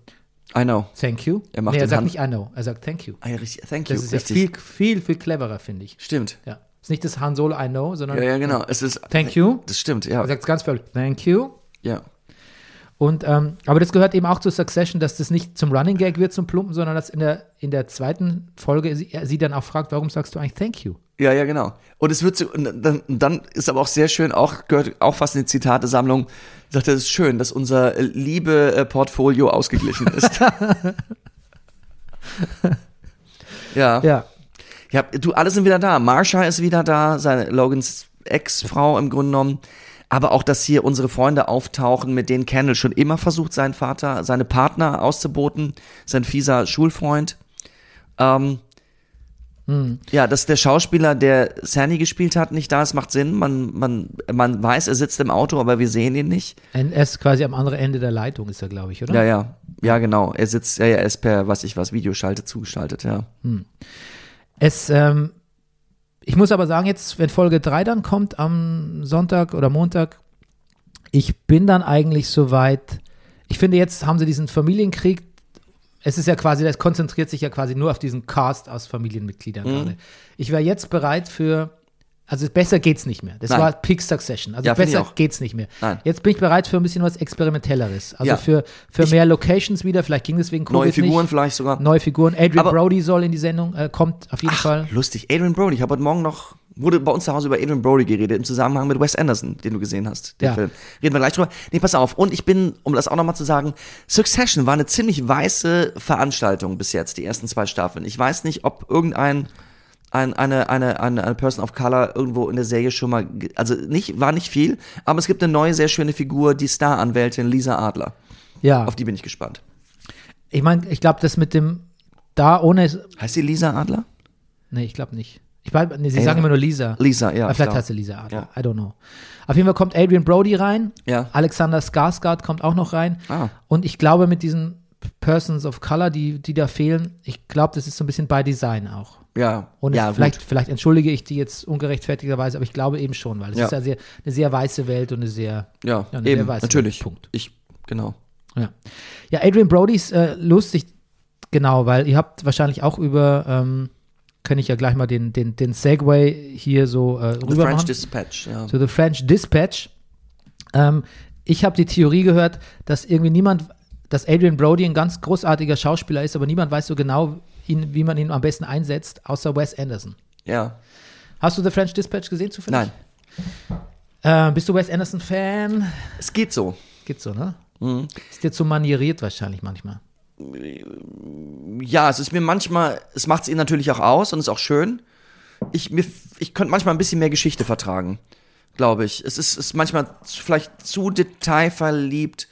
Speaker 2: I know.
Speaker 1: Thank you.
Speaker 2: Er macht
Speaker 1: nee, er
Speaker 2: den
Speaker 1: sagt
Speaker 2: Hand-
Speaker 1: nicht I know, er sagt thank you.
Speaker 2: Ah, ja, richtig. Thank you.
Speaker 1: Das ist ja
Speaker 2: richtig.
Speaker 1: viel, viel, viel cleverer, finde ich.
Speaker 2: Stimmt.
Speaker 1: Ja. Ist nicht das Han Solo I know, sondern
Speaker 2: Ja, ja, genau. Es ist.
Speaker 1: thank you.
Speaker 2: Das stimmt,
Speaker 1: Er
Speaker 2: ja.
Speaker 1: sagt es ganz völlig, thank you.
Speaker 2: Ja.
Speaker 1: Und, ähm, aber das gehört eben auch zu Succession, dass das nicht zum Running Gag wird, zum Plumpen, sondern dass in der, in der zweiten Folge sie, er sie dann auch fragt, warum sagst du eigentlich thank you?
Speaker 2: Ja, ja, genau. Und es wird so, und dann, und dann ist aber auch sehr schön, auch gehört auch fast in die Zitatesammlung, sagt er, es ist schön, dass unser äh, liebe äh, Portfolio ausgeglichen ist. ja. ja.
Speaker 1: Ja,
Speaker 2: du, alle sind wieder da. Marsha ist wieder da, seine Logans Ex-Frau im Grunde genommen. Aber auch, dass hier unsere Freunde auftauchen, mit denen Kendall schon immer versucht, seinen Vater, seine Partner auszuboten, sein fieser Schulfreund. Ähm, ja, dass der Schauspieler, der Sandy gespielt hat, nicht da ist, macht Sinn. Man, man, man weiß, er sitzt im Auto, aber wir sehen ihn nicht.
Speaker 1: Und er ist quasi am anderen Ende der Leitung, ist er, glaube ich, oder?
Speaker 2: Ja, ja. Ja, genau. Er sitzt, ja, ja, er ist per, was ich was, Videoschalte zugeschaltet, ja.
Speaker 1: Es, ähm, ich muss aber sagen, jetzt, wenn Folge 3 dann kommt am Sonntag oder Montag, ich bin dann eigentlich soweit. Ich finde, jetzt haben sie diesen Familienkrieg. Es ist ja quasi, das konzentriert sich ja quasi nur auf diesen Cast aus
Speaker 2: Mhm.
Speaker 1: Familienmitgliedern gerade. Ich wäre jetzt bereit für. Also besser geht's nicht mehr. Das
Speaker 2: Nein.
Speaker 1: war Peak Succession. Also
Speaker 2: Ja, find ich
Speaker 1: besser
Speaker 2: auch.
Speaker 1: geht's nicht mehr.
Speaker 2: Nein.
Speaker 1: Jetzt bin ich bereit für ein bisschen was Experimentelleres. Also
Speaker 2: Ja.
Speaker 1: für, für
Speaker 2: Ich-
Speaker 1: mehr Locations wieder. Vielleicht ging deswegen Covid
Speaker 2: Neue Figuren
Speaker 1: nicht.
Speaker 2: vielleicht sogar.
Speaker 1: Neue Figuren. Adrian
Speaker 2: Aber-
Speaker 1: Brody soll in die Sendung, äh, kommt auf jeden Fall.
Speaker 2: Lustig, Adrian Brody. Ich habe heute Morgen noch, wurde bei uns zu Hause über Adrian Brody geredet, im Zusammenhang mit Wes Anderson, den du gesehen hast, den
Speaker 1: Ja.
Speaker 2: Film. Reden wir gleich drüber. Nee, pass auf. Und ich bin, um das auch nochmal zu sagen, Succession war eine ziemlich weiße Veranstaltung bis jetzt, die ersten zwei Staffeln. Ich weiß nicht, ob irgendein ein, eine, eine, eine, eine Person of Color irgendwo in der Serie schon mal, ge- also nicht, war nicht viel, aber es gibt eine neue, sehr schöne Figur, die Star-Anwältin Lisa Adler.
Speaker 1: Ja.
Speaker 2: Auf die bin ich gespannt.
Speaker 1: Ich meine, ich glaube, das mit dem da ohne ist.
Speaker 2: Heißt sie Lisa Adler?
Speaker 1: Nee, ich glaube nicht. Ich weiß, nee, sie
Speaker 2: Ey,
Speaker 1: sagen immer nur Lisa.
Speaker 2: Äh, Lisa, ja,
Speaker 1: Aber
Speaker 2: ich
Speaker 1: vielleicht
Speaker 2: glaub.
Speaker 1: heißt sie Lisa Adler. I don't know. Auf jeden Fall kommt Adrian Brody rein.
Speaker 2: Ja.
Speaker 1: Alexander Skarsgård kommt auch noch rein.
Speaker 2: Ah.
Speaker 1: Und ich glaube, mit diesen Persons of Color, die, die da fehlen, ich glaube, das ist so ein bisschen by Design auch.
Speaker 2: Ja.
Speaker 1: Und
Speaker 2: ja,
Speaker 1: es, vielleicht, vielleicht entschuldige ich die jetzt ungerechtfertigterweise, aber ich glaube eben schon, weil es
Speaker 2: Ja.
Speaker 1: ist ja sehr, eine sehr weiße Welt und eine sehr
Speaker 2: gut. Ja,
Speaker 1: Ja, nee,
Speaker 2: eben,
Speaker 1: wer weiß, ne,
Speaker 2: natürlich.
Speaker 1: Punkt.
Speaker 2: Ich, genau.
Speaker 1: ja. Ja, Adrian Brody ist äh, lustig, genau, weil ihr habt wahrscheinlich auch über, ähm, kann ich ja gleich mal den, den, den Segway hier so äh,
Speaker 2: The
Speaker 1: rüber
Speaker 2: French
Speaker 1: machen.
Speaker 2: Dispatch, ja.
Speaker 1: To the French Dispatch. Ähm, ich habe die Theorie gehört, dass irgendwie niemand, dass Adrian Brody ein ganz großartiger Schauspieler ist, aber niemand weiß so genau, ihn, wie man ihn am besten einsetzt, außer Wes Anderson.
Speaker 2: ja.
Speaker 1: Hast du The French Dispatch gesehen zufällig?
Speaker 2: Nein,
Speaker 1: Äh, bist du Wes Anderson-Fan?
Speaker 2: es geht so.
Speaker 1: Geht so, ne?
Speaker 2: Mhm.
Speaker 1: Ist dir zu manieriert wahrscheinlich manchmal.
Speaker 2: Ja, es ist mir manchmal, es macht es ihnen natürlich auch aus und ist auch schön. Ich, mir, ich könnte manchmal ein bisschen mehr Geschichte vertragen, glaube ich. Es ist, ist manchmal zu, vielleicht zu detailverliebt.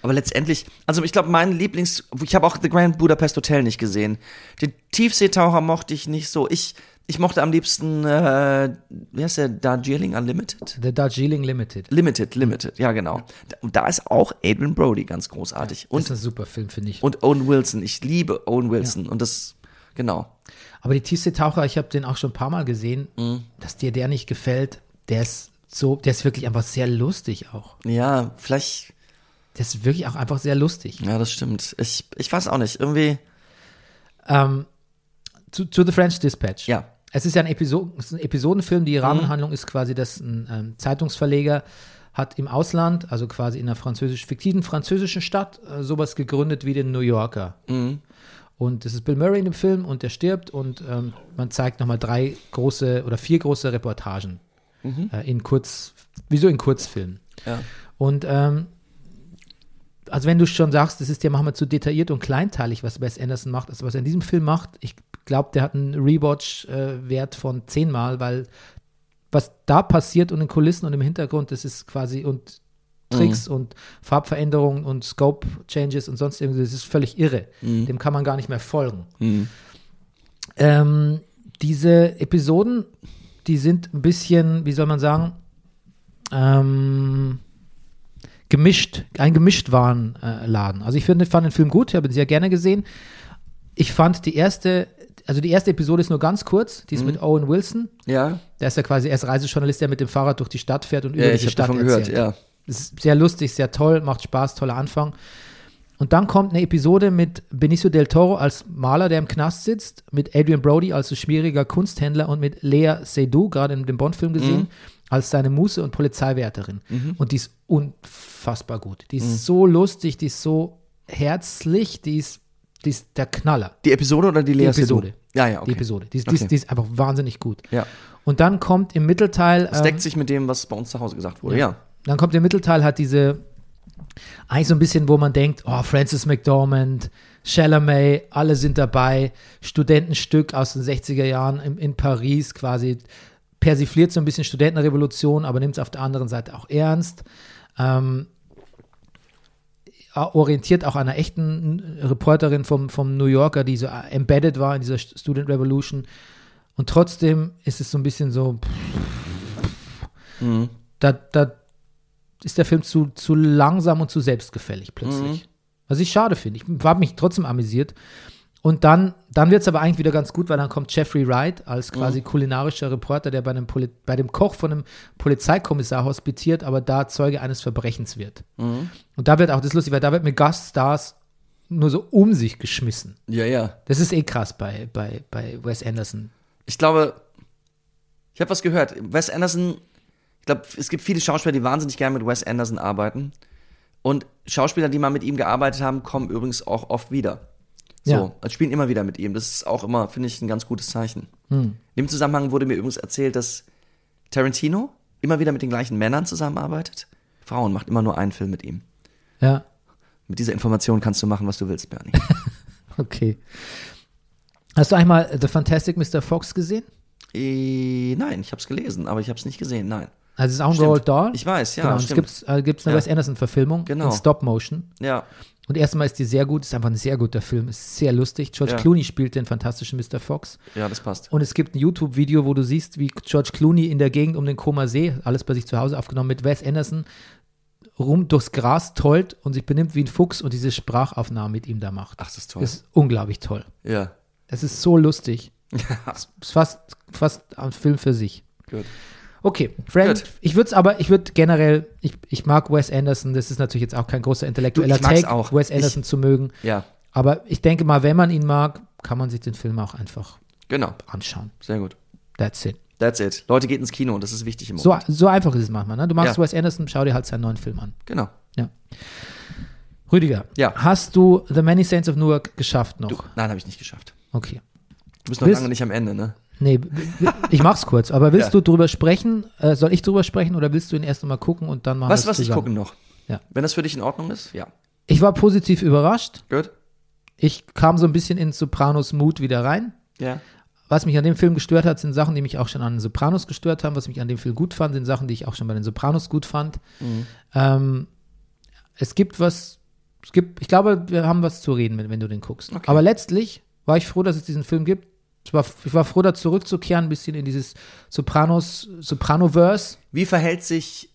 Speaker 2: Aber letztendlich, also ich glaube, mein Lieblings, ich habe auch The Grand Budapest Hotel nicht gesehen. Den Tiefseetaucher mochte ich nicht so. Ich, ich mochte am liebsten, äh, wie heißt der, Darjeeling Unlimited?
Speaker 1: The Darjeeling Limited.
Speaker 2: Limited, Limited, ja genau. Da- Und da ist auch Adrian Brody ganz großartig.
Speaker 1: ist
Speaker 2: und,
Speaker 1: ein super Film, finde ich.
Speaker 2: und Owen Wilson. Ich liebe Owen Wilson. Und das, genau.
Speaker 1: Aber die Tiefseetaucher, ich habe den auch schon ein paar Mal gesehen,
Speaker 2: Mhm.
Speaker 1: dass dir der nicht gefällt, der ist so, der ist wirklich einfach sehr lustig auch.
Speaker 2: Ja, vielleicht,
Speaker 1: Der ist wirklich auch einfach sehr lustig.
Speaker 2: ja, das stimmt. Ich, ich weiß auch nicht. Irgendwie,
Speaker 1: Ähm, zu, zu The French Dispatch.
Speaker 2: Ja.
Speaker 1: Es ist ja ein, Episo es ist ein Episodenfilm. Die Rahmenhandlung ist quasi, dass ein ähm, Zeitungsverleger hat im Ausland, also quasi in einer französisch, fiktiven französischen Stadt, äh, sowas gegründet wie den New Yorker. Und das ist Bill Murray in dem Film und der stirbt und ähm, man zeigt nochmal drei große oder vier große Reportagen äh, in Kurz, wieso in Kurzfilmen.
Speaker 2: ja.
Speaker 1: Und ähm, also wenn du schon sagst, das ist ja manchmal zu detailliert und kleinteilig, was Wes Anderson macht, also was er in diesem Film macht, ich glaube, der hat einen Rewatch-Wert von zehnmal, weil was da passiert und in Kulissen und im Hintergrund, das ist quasi und Tricks und Farbveränderungen und Scope-Changes und sonst irgendwie, das ist völlig irre. Dem kann man gar nicht mehr folgen.
Speaker 2: Hm.
Speaker 1: Ähm, diese Episoden, die sind ein bisschen, wie soll man sagen, ähm, gemischt, ein gemischt waren äh, Laden. Also ich finde, fand den Film gut, ich habe ihn sehr gerne gesehen. Ich fand die erste, also die erste Episode ist nur ganz kurz, die ist
Speaker 2: Mhm.
Speaker 1: mit Owen Wilson.
Speaker 2: Ja,
Speaker 1: Der ist ja quasi erst Reisejournalist, der mit dem Fahrrad durch die Stadt fährt und über
Speaker 2: ja ich
Speaker 1: die
Speaker 2: habe
Speaker 1: Stadt
Speaker 2: davon gehört,
Speaker 1: erzählt.
Speaker 2: ja.
Speaker 1: Es ist sehr lustig, sehr toll, macht Spaß, toller Anfang. Und dann kommt eine Episode mit Benicio del Toro als Maler, der im Knast sitzt, mit Adrian Brody als so schmieriger Kunsthändler und mit Lea Seydoux, gerade in dem Bond-Film
Speaker 2: Mhm.
Speaker 1: gesehen, als seine Muse und Polizeiwärterin. Und die ist unfassbar gut. Die
Speaker 2: Mhm.
Speaker 1: ist so lustig, die ist so herzlich, die ist, die ist der Knaller.
Speaker 2: Die Episode oder die Lea Seydoux?
Speaker 1: Episode.
Speaker 2: Ja, ja, okay.
Speaker 1: Die Episode. Die ist, die,
Speaker 2: Okay.
Speaker 1: ist, die ist einfach wahnsinnig gut.
Speaker 2: Ja.
Speaker 1: Und dann kommt im Mittelteil.
Speaker 2: Das
Speaker 1: ähm,
Speaker 2: deckt sich mit dem, was bei uns zu Hause gesagt wurde, ja.
Speaker 1: dann kommt der Mittelteil, hat diese, eigentlich so ein bisschen, wo man denkt, oh, Francis McDormand, Chalamet, alle sind dabei, Studentenstück aus den 60er Jahren in, in Paris quasi, persifliert so ein bisschen Studentenrevolution, aber nimmt es auf der anderen Seite auch ernst. Ähm, orientiert auch an einer echten Reporterin vom, vom New Yorker, die so embedded war in dieser Student Revolution. Und trotzdem ist es so ein bisschen so, da, da ist der Film zu, zu langsam und zu selbstgefällig plötzlich.
Speaker 2: Mhm.
Speaker 1: Was ich schade finde. Ich habe mich trotzdem amüsiert. Und dann, dann wird es aber eigentlich wieder ganz gut, weil dann kommt Jeffrey Wright
Speaker 2: Mhm.
Speaker 1: als quasi kulinarischer Reporter, der bei, einem Poli bei dem Koch von einem Polizeikommissar hospitiert, aber da Zeuge eines Verbrechens wird.
Speaker 2: Mhm.
Speaker 1: Und da wird auch das lustig, weil da wird mit Gaststars nur so um sich geschmissen.
Speaker 2: Ja, ja.
Speaker 1: Das ist eh krass bei, bei, bei Wes Anderson.
Speaker 2: Ich glaube, ich habe was gehört. Wes Anderson, ich glaube, es gibt viele Schauspieler, die wahnsinnig gerne mit Wes Anderson arbeiten. Und Schauspieler, die mal mit ihm gearbeitet haben, kommen übrigens auch oft wieder. So,
Speaker 1: Ja.
Speaker 2: also spielen immer wieder mit ihm. Das ist auch immer, finde ich, ein ganz gutes Zeichen.
Speaker 1: Hm.
Speaker 2: In dem Zusammenhang wurde mir übrigens erzählt, dass Tarantino immer wieder mit den gleichen Männern zusammenarbeitet. Frauen macht immer nur einen Film mit ihm.
Speaker 1: Ja. [LAUGHS]
Speaker 2: Mit dieser Information kannst du machen, was du willst, Bernie.
Speaker 1: Okay. Hast du einmal The Fantastic Mr. Fox gesehen?
Speaker 2: Äh, nein, ich habe es gelesen, aber ich habe es nicht gesehen. Nein.
Speaker 1: Also es ist auch ein
Speaker 2: Stimmt.
Speaker 1: Roald Dahl.
Speaker 2: Ich weiß, ja,
Speaker 1: genau. und
Speaker 2: stimmt.
Speaker 1: Es gibt äh, gibt's eine
Speaker 2: Ja.
Speaker 1: Wes Anderson-Verfilmung
Speaker 2: Genau.
Speaker 1: in Stop Motion.
Speaker 2: Ja,
Speaker 1: Und erstmal ist die sehr gut, ist einfach ein sehr guter Film, ist sehr lustig. George
Speaker 2: Ja.
Speaker 1: Clooney spielt den fantastischen Mr. Fox.
Speaker 2: ja, das passt.
Speaker 1: Und es gibt ein YouTube-Video, wo du siehst, wie George Clooney in der Gegend um den Koma See, alles bei sich zu Hause aufgenommen, mit Wes Anderson rum durchs Gras tollt und sich benimmt wie ein Fuchs und diese Sprachaufnahmen mit ihm da macht.
Speaker 2: Ach, das ist toll.
Speaker 1: Das ist unglaublich toll. [LAUGHS]
Speaker 2: ja.
Speaker 1: Das ist so lustig.
Speaker 2: ja,
Speaker 1: Das ist fast, fast ein Film für sich.
Speaker 2: gut.
Speaker 1: Okay, Frank,
Speaker 2: Gut.
Speaker 1: ich würde es aber, ich würde generell, ich, ich mag Wes Anderson, das ist natürlich jetzt auch kein großer intellektueller
Speaker 2: Du, ich mag's
Speaker 1: Take,
Speaker 2: auch.
Speaker 1: Wes Anderson zu mögen,
Speaker 2: Ja,
Speaker 1: aber ich denke mal, wenn man ihn mag, kann man sich den Film auch einfach
Speaker 2: genau.
Speaker 1: anschauen.
Speaker 2: Sehr gut.
Speaker 1: That's it.
Speaker 2: That's it. Leute, geht ins Kino, das ist wichtig im Moment.
Speaker 1: So, so einfach ist es manchmal. Ne? Du magst
Speaker 2: Ja.
Speaker 1: Wes Anderson, schau dir halt seinen neuen Film an.
Speaker 2: Genau.
Speaker 1: Ja. Rüdiger,
Speaker 2: Ja.
Speaker 1: hast du The Many Saints of Newark geschafft noch?
Speaker 2: Du, nein, habe ich nicht geschafft.
Speaker 1: Okay.
Speaker 2: Du bist noch
Speaker 1: Bist-
Speaker 2: lange nicht am Ende, ne?
Speaker 1: Nee, w- w- ich mach's kurz, aber willst
Speaker 2: Ja.
Speaker 1: du drüber sprechen? Äh, soll ich drüber sprechen oder willst du ihn erst nochmal gucken und dann machen
Speaker 2: Was,
Speaker 1: wir
Speaker 2: was
Speaker 1: es
Speaker 2: ich
Speaker 1: Ah, zusammen?
Speaker 2: gucken noch?
Speaker 1: Ja.
Speaker 2: Wenn das für dich in Ordnung ist? Ja.
Speaker 1: Ich war positiv überrascht.
Speaker 2: Gut?
Speaker 1: Ich kam so ein bisschen in Sopranos Mut wieder rein.
Speaker 2: Ja.
Speaker 1: Was mich an dem Film gestört hat, sind Sachen, die mich auch schon an den Sopranos gestört haben. Was mich an dem Film gut fand, sind Sachen, die ich auch schon bei den Sopranos gut fand. Ähm, es gibt was, es gibt, ich glaube, wir haben was zu reden, wenn, wenn du den guckst.
Speaker 2: Okay.
Speaker 1: Aber letztlich war ich froh, dass es diesen Film gibt. Ich war, ich war froh, da zurückzukehren, ein bisschen in dieses Sopranos, Sopranoverse.
Speaker 2: Wie verhält sich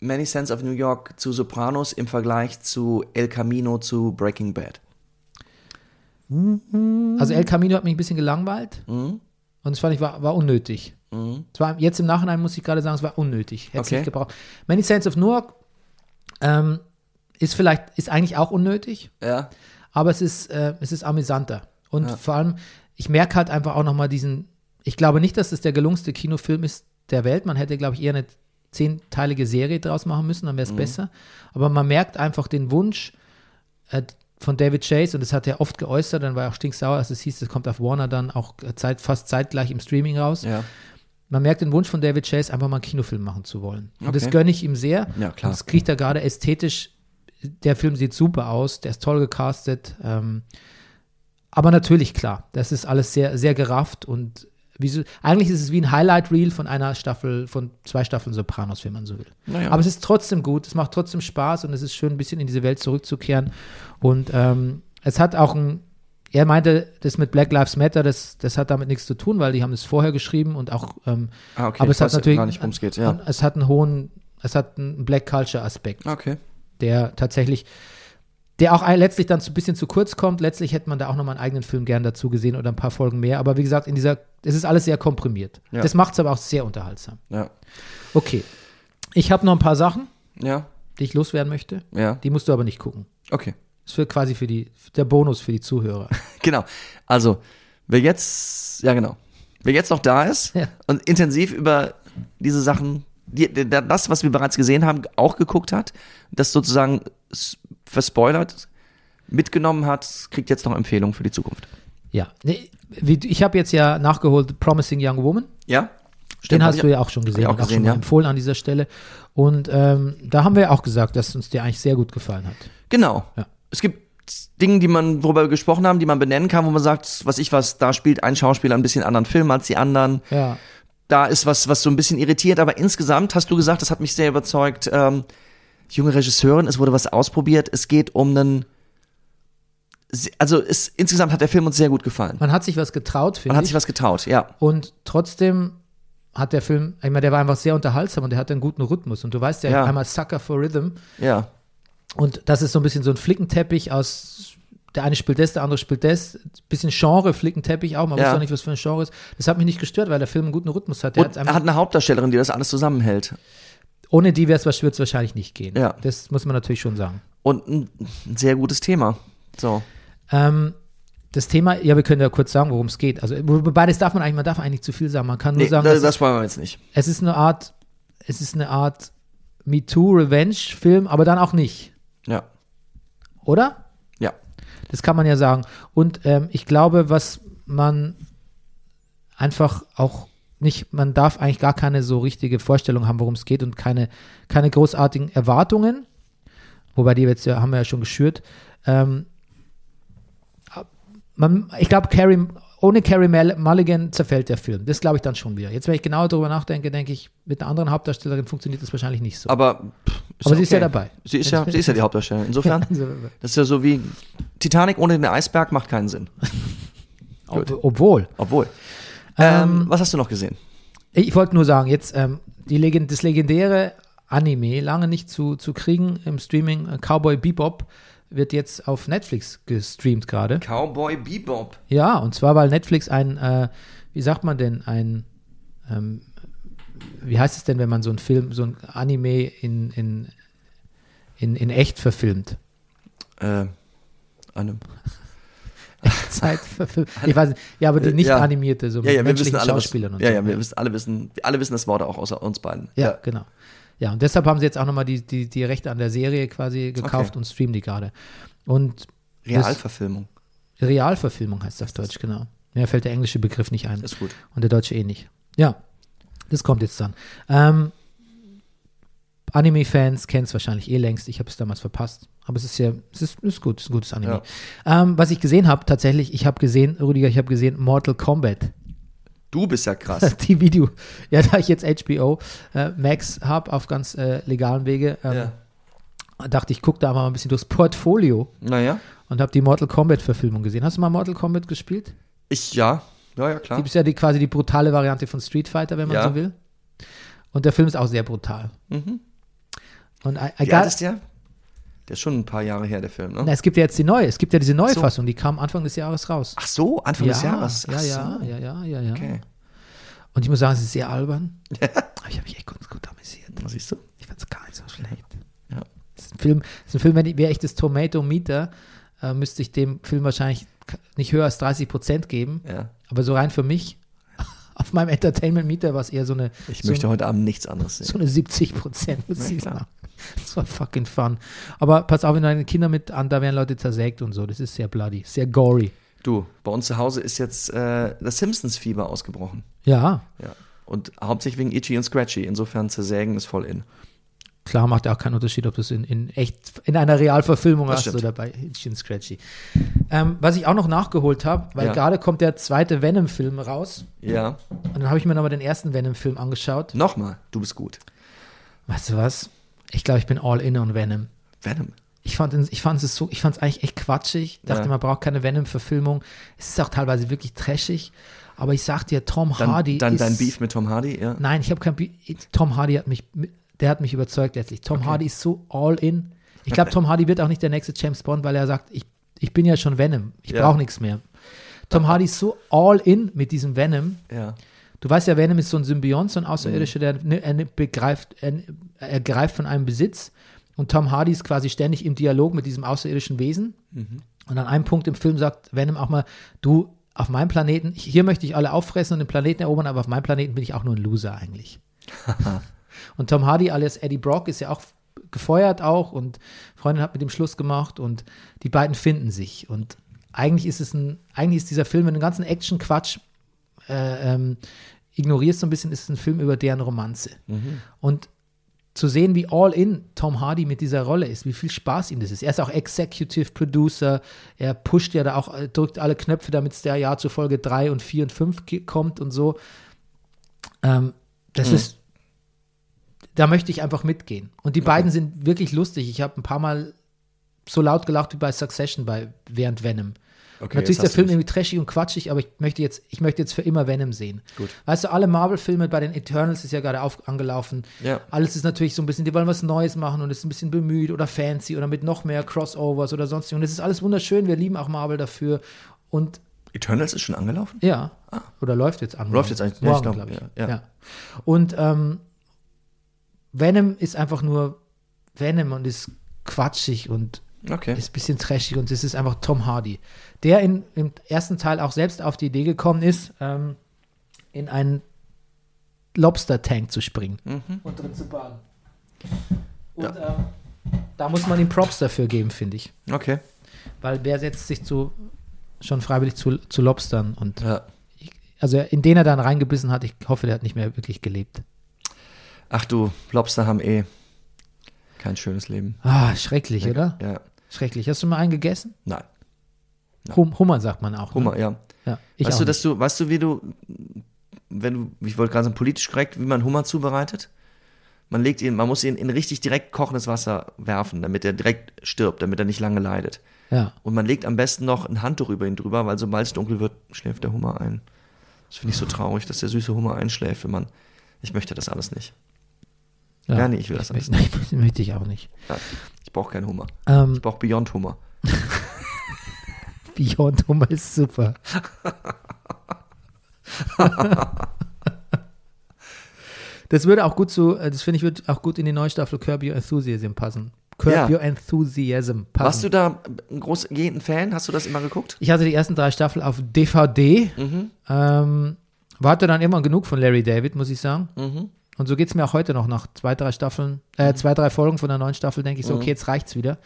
Speaker 2: Many Sense of New York zu Sopranos im Vergleich zu El Camino zu Breaking Bad?
Speaker 1: Also El Camino hat mich ein bisschen gelangweilt. Und das fand ich war, war unnötig.
Speaker 2: Mhm.
Speaker 1: Es war, jetzt im Nachhinein muss ich gerade sagen, es war unnötig. Hätte es
Speaker 2: Okay.
Speaker 1: nicht gebraucht. Many Saints of Newark ähm, ist vielleicht, ist eigentlich auch unnötig,
Speaker 2: Ja.
Speaker 1: aber es ist, äh, es ist amüsanter. Und vor allem, ich merke halt einfach auch nochmal diesen, ich glaube nicht, dass es der gelungenste Kinofilm ist der Welt. Man hätte, glaube ich, eher eine zehnteilige Serie draus machen müssen, dann wäre es besser. Aber man merkt einfach den Wunsch äh, von David Chase, und das hat er oft geäußert, dann war er auch stinksauer, als es hieß, es kommt auf Warner dann auch äh, zeit, fast zeitgleich im Streaming raus
Speaker 2: Ja.
Speaker 1: man merkt den Wunsch von David Chase, einfach mal einen Kinofilm machen zu wollen. Und das
Speaker 2: Okay.
Speaker 1: gönne ich ihm sehr.
Speaker 2: Ja, klar.
Speaker 1: Und das kriegt er gerade ästhetisch. Der Film sieht super aus, der ist toll gecastet. Ähm, aber natürlich, klar, das ist alles sehr, sehr gerafft und wieso, eigentlich ist es wie ein Highlight-Reel von einer Staffel, von zwei Staffeln Sopranos, wenn man so will.
Speaker 2: Naja.
Speaker 1: Aber es ist trotzdem gut, es macht trotzdem Spaß und es ist schön, ein bisschen in diese Welt zurückzukehren. Und ähm, es hat auch ein, er meinte, das mit Black Lives Matter, das, das hat damit nichts zu tun, weil die haben es vorher geschrieben und auch, ähm,
Speaker 2: Ah, okay.
Speaker 1: aber es
Speaker 2: ich
Speaker 1: hat
Speaker 2: weiß
Speaker 1: natürlich,
Speaker 2: gar nicht, worum es geht. Ja.
Speaker 1: es hat einen hohen, es hat einen Black Culture Aspekt
Speaker 2: Okay.
Speaker 1: der tatsächlich, der auch ein- letztlich dann so ein bisschen zu kurz kommt. Letztlich hätte man da auch nochmal einen eigenen Film gern dazu gesehen oder ein paar Folgen mehr. Aber wie gesagt, in dieser, es ist alles sehr komprimiert.
Speaker 2: Ja.
Speaker 1: Das macht es aber auch sehr unterhaltsam.
Speaker 2: Ja.
Speaker 1: Okay. Ich habe noch ein paar Sachen,
Speaker 2: Ja.
Speaker 1: die ich loswerden möchte.
Speaker 2: Ja.
Speaker 1: Die musst du aber nicht gucken.
Speaker 2: Okay.
Speaker 1: Das wird quasi für die, der Bonus für die
Speaker 2: [LAUGHS]
Speaker 1: Zuhörer.
Speaker 2: Genau. Also, wer jetzt, ja genau, wer jetzt noch da ist
Speaker 1: Ja.
Speaker 2: und intensiv über diese Sachen, die, die, das, was wir bereits gesehen haben, auch geguckt hat, das sozusagen s- verspoilert, mitgenommen hat, kriegt jetzt noch Empfehlungen für die Zukunft.
Speaker 1: ja. Nee, wie, du- ich habe jetzt ja nachgeholt Promising Young Woman.
Speaker 2: Ja?
Speaker 1: Den
Speaker 2: Stimmt, hab
Speaker 1: hast
Speaker 2: ich-
Speaker 1: du ja auch schon
Speaker 2: hab ich
Speaker 1: gesehen
Speaker 2: auch
Speaker 1: und auch
Speaker 2: gesehen,
Speaker 1: schon mal
Speaker 2: ja.
Speaker 1: empfohlen an dieser Stelle. Und ähm, da haben wir auch gesagt, dass uns der eigentlich sehr gut gefallen hat.
Speaker 2: Genau.
Speaker 1: Ja.
Speaker 2: Es gibt Dinge, die man, worüber wir gesprochen haben, die man benennen kann, wo man sagt, was ich was, da spielt ein Schauspieler ein bisschen anderen Film als die anderen.
Speaker 1: Ja.
Speaker 2: da ist was, was so ein bisschen irritiert, aber insgesamt hast du gesagt, das hat mich sehr überzeugt. Ähm, junge Regisseurin, es wurde was ausprobiert, es geht um einen. se- Also es, insgesamt hat der Film uns sehr gut gefallen.
Speaker 1: Man hat sich was getraut, finde ich.
Speaker 2: Man hat sich was getraut, ja.
Speaker 1: Und trotzdem hat der Film, ich meine, der war einfach sehr unterhaltsam und der hatte einen guten Rhythmus. Und du weißt ja,
Speaker 2: Ja.
Speaker 1: einmal Sucker for Rhythm.
Speaker 2: Ja,
Speaker 1: Und das ist so ein bisschen so ein Flickenteppich aus, der eine spielt das, der andere spielt das. Bisschen Genre, Flickenteppich auch. Man
Speaker 2: Ja.
Speaker 1: weiß auch nicht, was für ein Genre ist. Das hat mich nicht gestört, weil der Film einen guten Rhythmus hat. Der
Speaker 2: und
Speaker 1: hat
Speaker 2: er
Speaker 1: einfach,
Speaker 2: hat eine Hauptdarstellerin, die das alles zusammenhält.
Speaker 1: ohne die wäre es wahrscheinlich nicht gehen.
Speaker 2: Ja.
Speaker 1: Das muss man natürlich schon sagen.
Speaker 2: Und ein, ein sehr gutes Thema. So,
Speaker 1: Ähm, das Thema, ja, wir können ja kurz sagen, worum es geht. Also, wobei das darf man eigentlich, man darf eigentlich nicht zu viel sagen. Man kann nur
Speaker 2: nee,
Speaker 1: sagen, dass
Speaker 2: das,
Speaker 1: es
Speaker 2: das wollen wir jetzt nicht.
Speaker 1: es ist eine Art, es ist eine Art MeToo-Revenge-Film, aber dann auch nicht,
Speaker 2: Ja,
Speaker 1: oder?
Speaker 2: ja,
Speaker 1: Das kann man ja sagen. Und ähm, ich glaube, was man einfach auch nicht, man darf eigentlich gar keine so richtige Vorstellung haben, worum es geht und keine, keine großartigen Erwartungen. Wobei die jetzt ja, haben wir ja schon geschürt. Ähm, man, ich glaube, Carrie ohne Carrie Mel- Mulligan zerfällt der Film. Das glaube ich dann schon wieder. Jetzt, wenn ich genau darüber nachdenke, denke ich, mit einer anderen Hauptdarstellerin funktioniert das wahrscheinlich nicht so.
Speaker 2: Aber, pff,
Speaker 1: Aber sie ist ja dabei.
Speaker 2: Sie ist ja, sie ist ja die Hauptdarstellerin.
Speaker 1: [LAUGHS]
Speaker 2: Insofern,
Speaker 1: Also,
Speaker 2: das ist ja so wie Titanic ohne den Eisberg macht keinen Sinn.
Speaker 1: Also, ob, obwohl.
Speaker 2: Obwohl.
Speaker 1: Ähm,
Speaker 2: Ähm, was hast du noch gesehen?
Speaker 1: Ich wollte nur sagen, jetzt ähm, die Legend, das legendäre Anime, lange nicht zu, zu kriegen im Streaming, äh, Cowboy Bebop, wird jetzt auf Netflix gestreamt gerade.
Speaker 2: Cowboy Bebop.
Speaker 1: Ja, und zwar, weil Netflix ein, äh, wie sagt man denn, ein, ähm, wie heißt es denn, wenn man so einen Film, so ein Anime in, in, in, in echt verfilmt? [LAUGHS]
Speaker 2: Äh, einem.
Speaker 1: Zeit verfilmt. Ich weiß nicht, ja, aber die nicht
Speaker 2: Äh, Ja.
Speaker 1: animierte, so mit
Speaker 2: Ja, ja, wir
Speaker 1: menschlichen
Speaker 2: wissen alle, was,
Speaker 1: Schauspielern und
Speaker 2: ja,
Speaker 1: so.
Speaker 2: ja, wir wissen alle wissen, wir alle wissen das Wort auch außer uns beiden.
Speaker 1: Ja, genau. Ja, und deshalb haben sie jetzt auch nochmal die, die, die Rechte an der Serie quasi gekauft
Speaker 2: Okay.
Speaker 1: und streamen die gerade. Und
Speaker 2: Realverfilmung.
Speaker 1: das, Realverfilmung heißt das Deutsch, genau. Mir fällt der englische Begriff nicht ein.
Speaker 2: Ist gut.
Speaker 1: Und der deutsche eh nicht. Ja, das kommt jetzt dann. Ähm, Anime-Fans kennen es wahrscheinlich eh längst. Ich habe es damals verpasst. Aber es ist ja, es ist, ist gut, es ist ein gutes Anime. Ähm, was ich gesehen habe, tatsächlich, ich habe gesehen, Rüdiger, ich habe gesehen Mortal Kombat. [LAUGHS]
Speaker 2: Du bist ja krass.
Speaker 1: die Video. Ja, da ich jetzt HBO äh, Max habe auf ganz äh, legalen Wege, ähm,
Speaker 2: ja.
Speaker 1: dachte ich, guck da mal ein bisschen durchs Portfolio
Speaker 2: Naja.
Speaker 1: und habe die Mortal Kombat Verfilmung gesehen. Hast du mal Mortal Kombat gespielt?
Speaker 2: Ich, ja. Ja, ja, klar.
Speaker 1: Die ist ja die, quasi die brutale Variante von Street Fighter, wenn man
Speaker 2: Ja.
Speaker 1: so
Speaker 2: Mhm.
Speaker 1: will. Und der Film ist auch sehr brutal. Und I, I
Speaker 2: Wie alt
Speaker 1: got,
Speaker 2: ist der? Der ist schon ein paar Jahre her, der Film, ne?
Speaker 1: na, es gibt ja jetzt die neue, es gibt ja diese neue
Speaker 2: So.
Speaker 1: Fassung, die kam Anfang des Jahres raus.
Speaker 2: Ach so, Anfang des Jahres. Ach
Speaker 1: ja, ja,
Speaker 2: so.
Speaker 1: ja, ja, ja, ja.
Speaker 2: Okay.
Speaker 1: Und ich muss sagen, es ist sehr
Speaker 2: [LAUGHS]
Speaker 1: albern. Aber ich habe mich echt ganz gut amüsiert.
Speaker 2: Was siehst du?
Speaker 1: Ich fand es gar nicht so schlecht.
Speaker 2: Ja.
Speaker 1: Das ist ein Film, das ist ein Film wenn ich, wäre ich das Tomato Meter, äh, müsste ich dem Film wahrscheinlich k- nicht höher als 30 Prozent geben.
Speaker 2: Ja.
Speaker 1: Aber so rein für mich, [LAUGHS] auf meinem Entertainment Meter war es eher so eine,
Speaker 2: Ich
Speaker 1: so,
Speaker 2: möchte heute Abend nichts anderes
Speaker 1: [LAUGHS]
Speaker 2: sehen.
Speaker 1: so eine 70 Prozent, muss
Speaker 2: Ja,
Speaker 1: ich
Speaker 2: klar.
Speaker 1: sagen. Das war fucking fun. Aber pass auf, wenn du deine Kinder mit an, da werden Leute zersägt und so. Das ist sehr bloody, sehr gory.
Speaker 2: Du, bei uns zu Hause ist jetzt äh, das Simpsons-Fieber ausgebrochen.
Speaker 1: Ja,
Speaker 2: Ja. Und hauptsächlich wegen Itchy und Scratchy. Insofern zersägen ist voll in.
Speaker 1: Klar macht ja auch keinen Unterschied, ob du es in, in echt in einer Realverfilmung
Speaker 2: Das
Speaker 1: hast
Speaker 2: stimmt.
Speaker 1: oder bei Hitchin Scratchy. Ähm, was ich auch noch nachgeholt habe, weil
Speaker 2: Ja.
Speaker 1: gerade kommt der zweite Venom-Film raus
Speaker 2: Ja.
Speaker 1: und dann habe ich mir nochmal den ersten Venom-Film angeschaut.
Speaker 2: Nochmal, du bist gut.
Speaker 1: Weißt du was? Ich glaube, ich bin all in on Venom.
Speaker 2: Venom.
Speaker 1: Ich fand es ich fand es so, ich fand es eigentlich echt quatschig. Dachte,
Speaker 2: Ja.
Speaker 1: man braucht keine Venom-Verfilmung. Es ist auch teilweise wirklich trashig. Aber ich sag dir, Tom
Speaker 2: Dann,
Speaker 1: Hardy
Speaker 2: dann
Speaker 1: ist
Speaker 2: dein Beef mit Tom Hardy, ja.
Speaker 1: Nein, ich habe kein. Bi- Tom Hardy hat mich, der hat mich überzeugt letztlich. Tom Hardy ist so all in. Ich glaube, Tom Hardy wird auch nicht der nächste James Bond, weil er sagt, ich, ich bin ja schon Venom. Ich
Speaker 2: Ja.
Speaker 1: brauche nichts mehr. Tom Hardy ist so all in mit diesem Venom.
Speaker 2: Ja.
Speaker 1: Du weißt ja, Venom ist so ein Symbiont, so ein Außerirdischer, der ne, er ne- begreift, er, er greift von einem Besitz. Und Tom Hardy ist quasi ständig im Dialog mit diesem außerirdischen Wesen. Und an einem Punkt im Film sagt Venom auch mal, du, auf meinem Planeten, hier möchte ich alle auffressen und den Planeten erobern, aber auf meinem Planeten bin ich auch nur ein Loser eigentlich. und Tom Hardy alias Eddie Brock ist ja auch gefeuert auch und Freundin hat mit ihm Schluss gemacht und die beiden finden sich. Und eigentlich ist es ein, eigentlich ist dieser Film mit einem ganzen Action-Quatsch äh, ähm, ignorierst so ein bisschen, ist ein Film über deren Romanze. Und zu sehen, wie all in Tom Hardy mit dieser Rolle ist, wie viel Spaß ihm das ist. Er ist auch Executive Producer, er pusht ja da auch, äh, drückt alle Knöpfe, damit es der Jahr zu Folge 3 und 4 und 5 ge- kommt und so. Ähm, das ist, da möchte ich einfach mitgehen. Und die beiden sind wirklich lustig. Ich habe ein paar Mal so laut gelacht wie bei Succession bei während Venom.
Speaker 2: Okay,
Speaker 1: Natürlich ist
Speaker 2: jetzt
Speaker 1: der
Speaker 2: hast du
Speaker 1: Film
Speaker 2: mich.
Speaker 1: irgendwie trashig und quatschig, aber ich möchte jetzt, ich möchte jetzt für immer Venom sehen.
Speaker 2: Gut.
Speaker 1: Weißt du, alle Marvel-Filme bei den Eternals ist ja gerade auf, angelaufen.
Speaker 2: Ja.
Speaker 1: Alles ist natürlich so ein bisschen, die wollen was Neues machen und ist ein bisschen bemüht oder fancy oder mit noch mehr Crossovers oder sonstiges. Und es ist alles wunderschön, wir lieben auch Marvel dafür. Und
Speaker 2: Eternals ist schon angelaufen?
Speaker 1: ja. Oder läuft jetzt an.
Speaker 2: Ah. Läuft jetzt eigentlich- ja, ich
Speaker 1: morgen,
Speaker 2: glaub,
Speaker 1: glaube ich.
Speaker 2: ja,
Speaker 1: Ja,
Speaker 2: ja.
Speaker 1: Und ähm, Venom ist einfach nur Venom und ist quatschig und
Speaker 2: Okay.
Speaker 1: ist ein bisschen trashig und es ist einfach Tom Hardy, der in, im ersten Teil auch selbst auf die Idee gekommen ist, ähm, in einen Lobster-Tank zu springen
Speaker 2: Mhm,
Speaker 1: und drin zu baden. Und ähm, da muss man ihm Props dafür geben, finde ich.
Speaker 2: Okay.
Speaker 1: Weil wer setzt sich zu, schon freiwillig zu, zu Lobstern? Und
Speaker 2: Ja.
Speaker 1: ich, also in den er dann reingebissen hat, ich hoffe, der hat nicht mehr wirklich gelebt.
Speaker 2: Ach du, Lobster haben eh kein schönes Leben.
Speaker 1: Ah, schrecklich, oder?
Speaker 2: Ja.
Speaker 1: Schrecklich. Hast du mal einen gegessen?
Speaker 2: Nein.
Speaker 1: Hum, Hummer sagt man auch.
Speaker 2: Hummer,
Speaker 1: Ne?
Speaker 2: ja.
Speaker 1: Ja, ich
Speaker 2: weißt
Speaker 1: auch
Speaker 2: du,
Speaker 1: nicht.
Speaker 2: dass du, weißt du, wie du, wenn du, ich wollte gerade sagen, politisch korrekt, wie man Hummer zubereitet? Man legt ihn, man muss ihn in richtig direkt kochendes Wasser werfen, damit er direkt stirbt, damit er nicht lange leidet.
Speaker 1: ja.
Speaker 2: Und man legt am besten noch ein Handtuch über ihn drüber, weil sobald es dunkel wird, schläft der Hummer ein. Das finde ich so traurig, dass der süße Hummer einschläft, wenn man. Ich möchte das alles nicht.
Speaker 1: ja.
Speaker 2: Ja, nee, ich will das alles
Speaker 1: Nein, das möchte [LAUGHS] ich auch nicht.
Speaker 2: Nein, ich brauche keinen Hummer.
Speaker 1: Ähm,
Speaker 2: Ich brauche Beyond Hummer.
Speaker 1: Beyond Hummer ist super. das würde auch gut zu, äh, das finde ich, würde auch gut in die neue Staffel Curb Your Enthusiasm passen. Curb
Speaker 2: Ja.
Speaker 1: Your Enthusiasm passen.
Speaker 2: Warst du da ein groß, ein Fan? Hast du das immer geguckt?
Speaker 1: ich hatte die ersten drei Staffeln auf DVD.
Speaker 2: Mhm.
Speaker 1: Ähm, hatte dann immer genug von Larry David, muss ich sagen. Und so geht es mir auch heute noch nach zwei, drei Staffeln, äh, zwei, drei Folgen von der neuen Staffel, denke ich so, okay, jetzt reicht's wieder.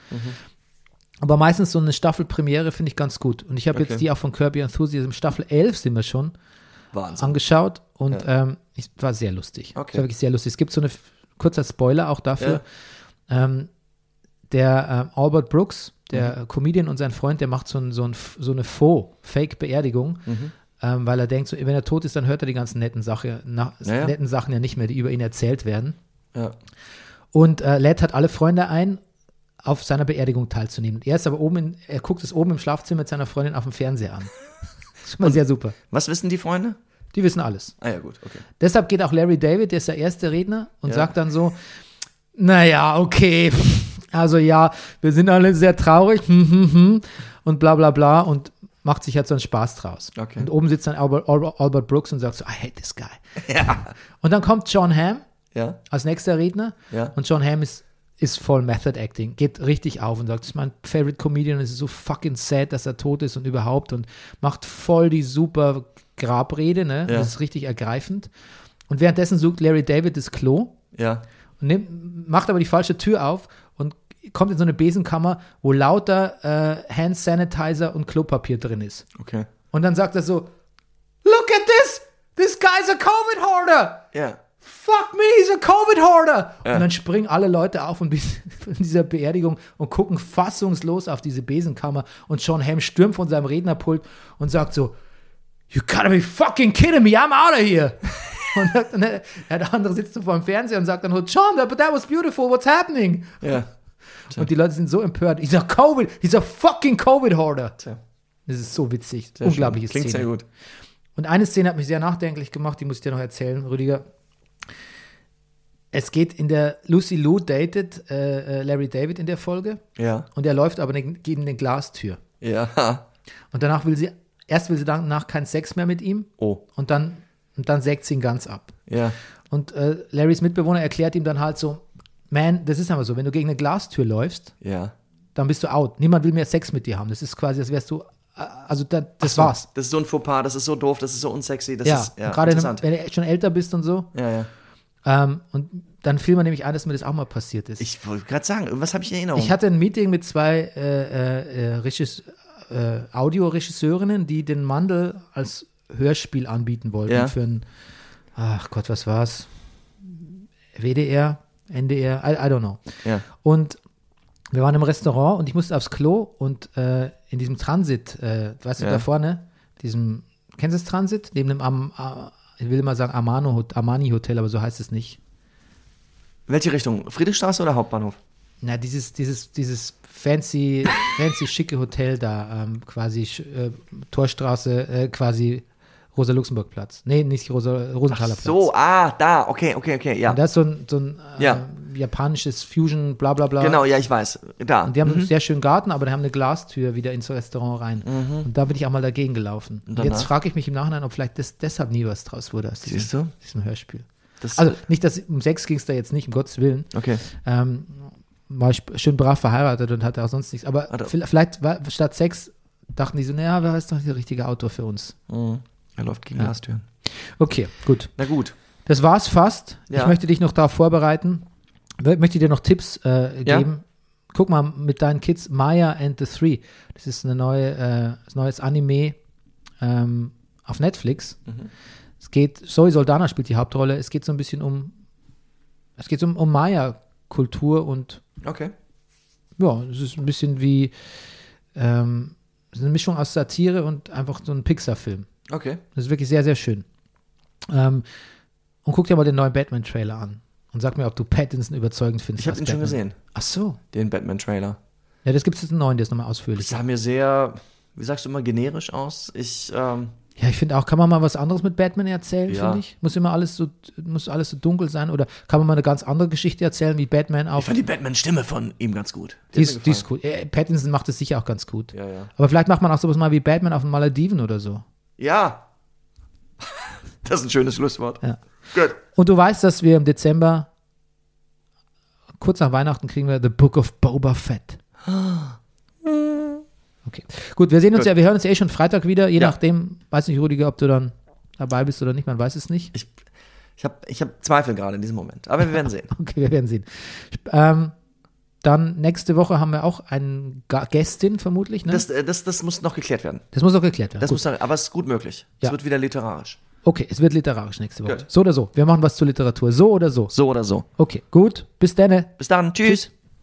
Speaker 1: Aber meistens so eine Staffelpremiere finde ich ganz gut. Und ich habe
Speaker 2: Okay.
Speaker 1: jetzt die auch von Kirby Enthusiasm, Staffel 11 sind wir schon,
Speaker 2: Wahnsinn.
Speaker 1: angeschaut und ähm, es war sehr lustig.
Speaker 2: Okay.
Speaker 1: Es war wirklich sehr lustig. Es gibt so eine, kurzer Spoiler auch dafür, ähm, der ähm, Albert Brooks, der Comedian und sein Freund, der macht so, ein, so, ein, so eine Faux, Fake-Beerdigung, ähm, weil er denkt, so, wenn er tot ist, dann hört er die ganzen netten, Sache, na,
Speaker 2: Naja.
Speaker 1: netten Sachen ja nicht mehr, die über ihn erzählt werden.
Speaker 2: Ja.
Speaker 1: Und äh, lädt halt alle Freunde ein, auf seiner Beerdigung teilzunehmen. Er ist aber oben, in, er guckt es oben im Schlafzimmer mit seiner Freundin auf dem Fernseher [LAUGHS] an. Schon mal sehr super.
Speaker 2: Was wissen die Freunde?
Speaker 1: Die wissen alles.
Speaker 2: Ah ja, gut, okay.
Speaker 1: Deshalb geht auch Larry David, der ist der erste Redner, und
Speaker 2: Ja.
Speaker 1: sagt dann so: Naja, okay, [LAUGHS] also ja, wir sind alle sehr traurig hm, hm, hm, und bla bla bla und macht sich jetzt so einen Spaß draus.
Speaker 2: Okay. [LAUGHS]
Speaker 1: Und oben sitzt dann Albert, Albert, Albert Brooks und sagt so: I hate this guy. Und dann kommt John Hamm
Speaker 2: Ja,
Speaker 1: als nächster Redner
Speaker 2: Ja.
Speaker 1: und John Hamm ist, ist voll Method Acting, geht richtig auf und sagt, das ist mein favorite Comedian, es ist so fucking sad, dass er tot ist und überhaupt und macht voll die super Grabrede, ne?
Speaker 2: Ja.
Speaker 1: Das ist richtig ergreifend. Und währenddessen sucht Larry David das Klo
Speaker 2: ja.
Speaker 1: und nimmt, macht aber die falsche Tür auf und kommt in so eine Besenkammer, wo lauter äh, Hand Sanitizer und Klopapier drin ist.
Speaker 2: Okay.
Speaker 1: Und dann sagt er so, look at this, this guy's a COVID hoarder.
Speaker 2: Ja.
Speaker 1: Fuck me, he's a Covid Hoarder!
Speaker 2: Ja.
Speaker 1: Und dann springen alle Leute auf und bis- [LAUGHS] von dieser Beerdigung und gucken fassungslos auf diese Besenkammer. Und Sean Hamm stürmt von seinem Rednerpult und sagt so: You gotta be fucking kidding me, I'm out of here! [LAUGHS] und sagt, und der, der andere sitzt so vor dem Fernseher und sagt dann: so, Sean, that, but that was beautiful, what's happening?
Speaker 2: Ja.
Speaker 1: Und die Leute sind so empört: He's a Covid, he's a fucking Covid Hoarder!
Speaker 2: Tja.
Speaker 1: Das ist so witzig,
Speaker 2: Sehr
Speaker 1: unglaubliche
Speaker 2: schön. Klingt
Speaker 1: Szene.
Speaker 2: sehr gut.
Speaker 1: Und eine Szene hat mich sehr nachdenklich gemacht, die muss ich dir noch erzählen, Rüdiger. Es geht in der Lucy Lou datet äh, äh, Larry David in der Folge
Speaker 2: Ja.
Speaker 1: und er läuft aber neg- gegen eine Glastür.
Speaker 2: Ja. [LAUGHS]
Speaker 1: Und danach will sie, erst will sie danach keinen Sex mehr mit ihm
Speaker 2: Oh.
Speaker 1: und dann, und dann sägt sie ihn ganz ab.
Speaker 2: Ja.
Speaker 1: Und äh, Larrys Mitbewohner erklärt ihm dann halt so, man, das ist aber so, wenn du gegen eine Glastür läufst,
Speaker 2: Ja.
Speaker 1: dann bist du out. Niemand will mehr Sex mit dir haben. Das ist quasi, als wärst du, äh, also da, das war's.
Speaker 2: Das ist so ein Fauxpas, das ist so doof, das ist so unsexy, das
Speaker 1: ja,
Speaker 2: ist ja,
Speaker 1: und gerade in einem-
Speaker 2: interessant.
Speaker 1: wenn du schon älter bist und so.
Speaker 2: Ja, ja.
Speaker 1: Ähm, und dann fiel mir nämlich ein, dass mir das auch mal passiert ist. Ich,
Speaker 2: Ich wollte gerade sagen, was habe ich in Erinnerung?
Speaker 1: hatte ein Meeting mit zwei äh, äh, Regis, äh, Audioregisseurinnen, die den Mandel als Hörspiel anbieten wollten
Speaker 2: Ja.
Speaker 1: für ein, ach Gott, was war's? WDR, NDR, I, I don't know.
Speaker 2: ja.
Speaker 1: Und wir waren im Restaurant und ich musste aufs Klo und äh, in diesem Transit, äh, weißt
Speaker 2: Ja.
Speaker 1: du, da vorne, diesem, kennst du das Transit? Neben dem, Am, A- ich will mal sagen Amano, Hot- Armani Hotel, aber so heißt es nicht.
Speaker 2: Welche Richtung? Friedrichstraße oder Hauptbahnhof?
Speaker 1: Na, dieses, dieses, dieses fancy, fancy schicke Hotel da, ähm, quasi Sch- äh, Torstraße, äh, quasi Rosa-Luxemburg-Platz. Nee, nicht Rosa, Rosenthaler Platz.
Speaker 2: So, ah, da, okay, okay, okay, ja.
Speaker 1: Und da ist so ein, so ein äh,
Speaker 2: Ja.
Speaker 1: japanisches Fusion, bla bla bla.
Speaker 2: Genau, Mhm. ja, ich weiß. Da.
Speaker 1: Und die haben einen sehr schönen Garten, aber die haben eine Glastür wieder ins Restaurant rein. Und da bin ich auch mal dagegen gelaufen. Und
Speaker 2: Mhm. danach?
Speaker 1: jetzt frage ich mich im Nachhinein, ob vielleicht das, deshalb nie was draus wurde aus diesem,
Speaker 2: Siehst du?
Speaker 1: diesem Hörspiel.
Speaker 2: Das,
Speaker 1: Also nicht, dass um Sex ging es da jetzt nicht, um Gottes Willen.
Speaker 2: okay.
Speaker 1: Ähm, war ich schön brav verheiratet und hatte auch sonst nichts. Aber
Speaker 2: Hatte-
Speaker 1: vi- vielleicht war, statt Sex dachten die so, naja, wer ist doch der richtige Autor für uns?
Speaker 2: Mhm. Er läuft gegen Glastüren.
Speaker 1: Okay, gut.
Speaker 2: Na gut.
Speaker 1: Das war's fast.
Speaker 2: Ja.
Speaker 1: Ich möchte dich noch darauf vorbereiten. Ich möchte dir noch Tipps äh,
Speaker 2: Ja.
Speaker 1: geben. Guck mal mit deinen Kids Maya and the Three. Das ist eine neue, äh, das neues Anime ähm, auf Netflix.
Speaker 2: Mhm.
Speaker 1: Es geht, Zoe Soldana spielt die Hauptrolle. Es geht so ein bisschen um, es geht um, um Maya-Kultur und
Speaker 2: Okay.
Speaker 1: ja, es ist ein bisschen wie ähm, ist eine Mischung aus Satire und einfach so ein Pixar-Film.
Speaker 2: Okay.
Speaker 1: Das ist wirklich sehr, sehr schön. Ähm, und guck dir mal den neuen Batman-Trailer an und sag mir, ob du Pattinson überzeugend findest.
Speaker 2: Ich
Speaker 1: als
Speaker 2: habe ihn schon
Speaker 1: Batman.
Speaker 2: gesehen,
Speaker 1: Ach so.
Speaker 2: den Batman-Trailer.
Speaker 1: Ja, das gibt es jetzt einen neuen, der ist nochmal ausführlich.
Speaker 2: Sah mir sehr, wie sagst du immer, generisch aus. Ich, ähm,
Speaker 1: Ja, ich finde auch, kann man mal was anderes mit Batman erzählen,
Speaker 2: Ja.
Speaker 1: finde ich. Muss immer alles so, muss alles so dunkel sein oder kann man mal eine ganz andere Geschichte erzählen, wie Batman
Speaker 2: ich
Speaker 1: auf.
Speaker 2: fand die Batman-Stimme von ihm ganz gut.
Speaker 1: Die
Speaker 2: hat
Speaker 1: ist,
Speaker 2: mir
Speaker 1: die ist
Speaker 2: gefallen.
Speaker 1: gut. Äh, Pattinson macht es sicher auch ganz gut.
Speaker 2: Ja, ja.
Speaker 1: Aber vielleicht macht man auch sowas mal wie Batman auf den Malediven oder so.
Speaker 2: Ja. Das ist ein schönes Schlusswort.
Speaker 1: Ja.
Speaker 2: Gut.
Speaker 1: Und du weißt, dass wir im Dezember, kurz nach Weihnachten, kriegen wir The Book of Boba Fett. Okay. Gut, wir sehen uns
Speaker 2: Ah. Gut.
Speaker 1: ja, wir hören uns ja eh schon Freitag wieder, je
Speaker 2: Ja.
Speaker 1: nachdem, weiß nicht, Rüdiger, ob du dann dabei bist oder nicht, man weiß es nicht. [LAUGHS]
Speaker 2: Ich, ich habe ich hab Zweifel gerade in diesem Moment. Aber wir werden sehen.
Speaker 1: Okay, wir werden sehen. Ähm, dann nächste Woche haben wir auch eine Ga- Gästin vermutlich, ne?
Speaker 2: Das,
Speaker 1: Das,
Speaker 2: äh, das, das muss noch geklärt werden.
Speaker 1: muss auch geklärt werden.
Speaker 2: Das
Speaker 1: Gut.
Speaker 2: muss dann, aber es ist gut möglich.
Speaker 1: Ja.
Speaker 2: Es wird wieder literarisch.
Speaker 1: okay, es wird literarisch nächste Woche.
Speaker 2: Gut.
Speaker 1: So oder so. Wir machen was zur Literatur. So oder so.
Speaker 2: So oder so.
Speaker 1: Okay, gut. Bis dann.
Speaker 2: Bis dann. Tschüss.
Speaker 1: Tschüss.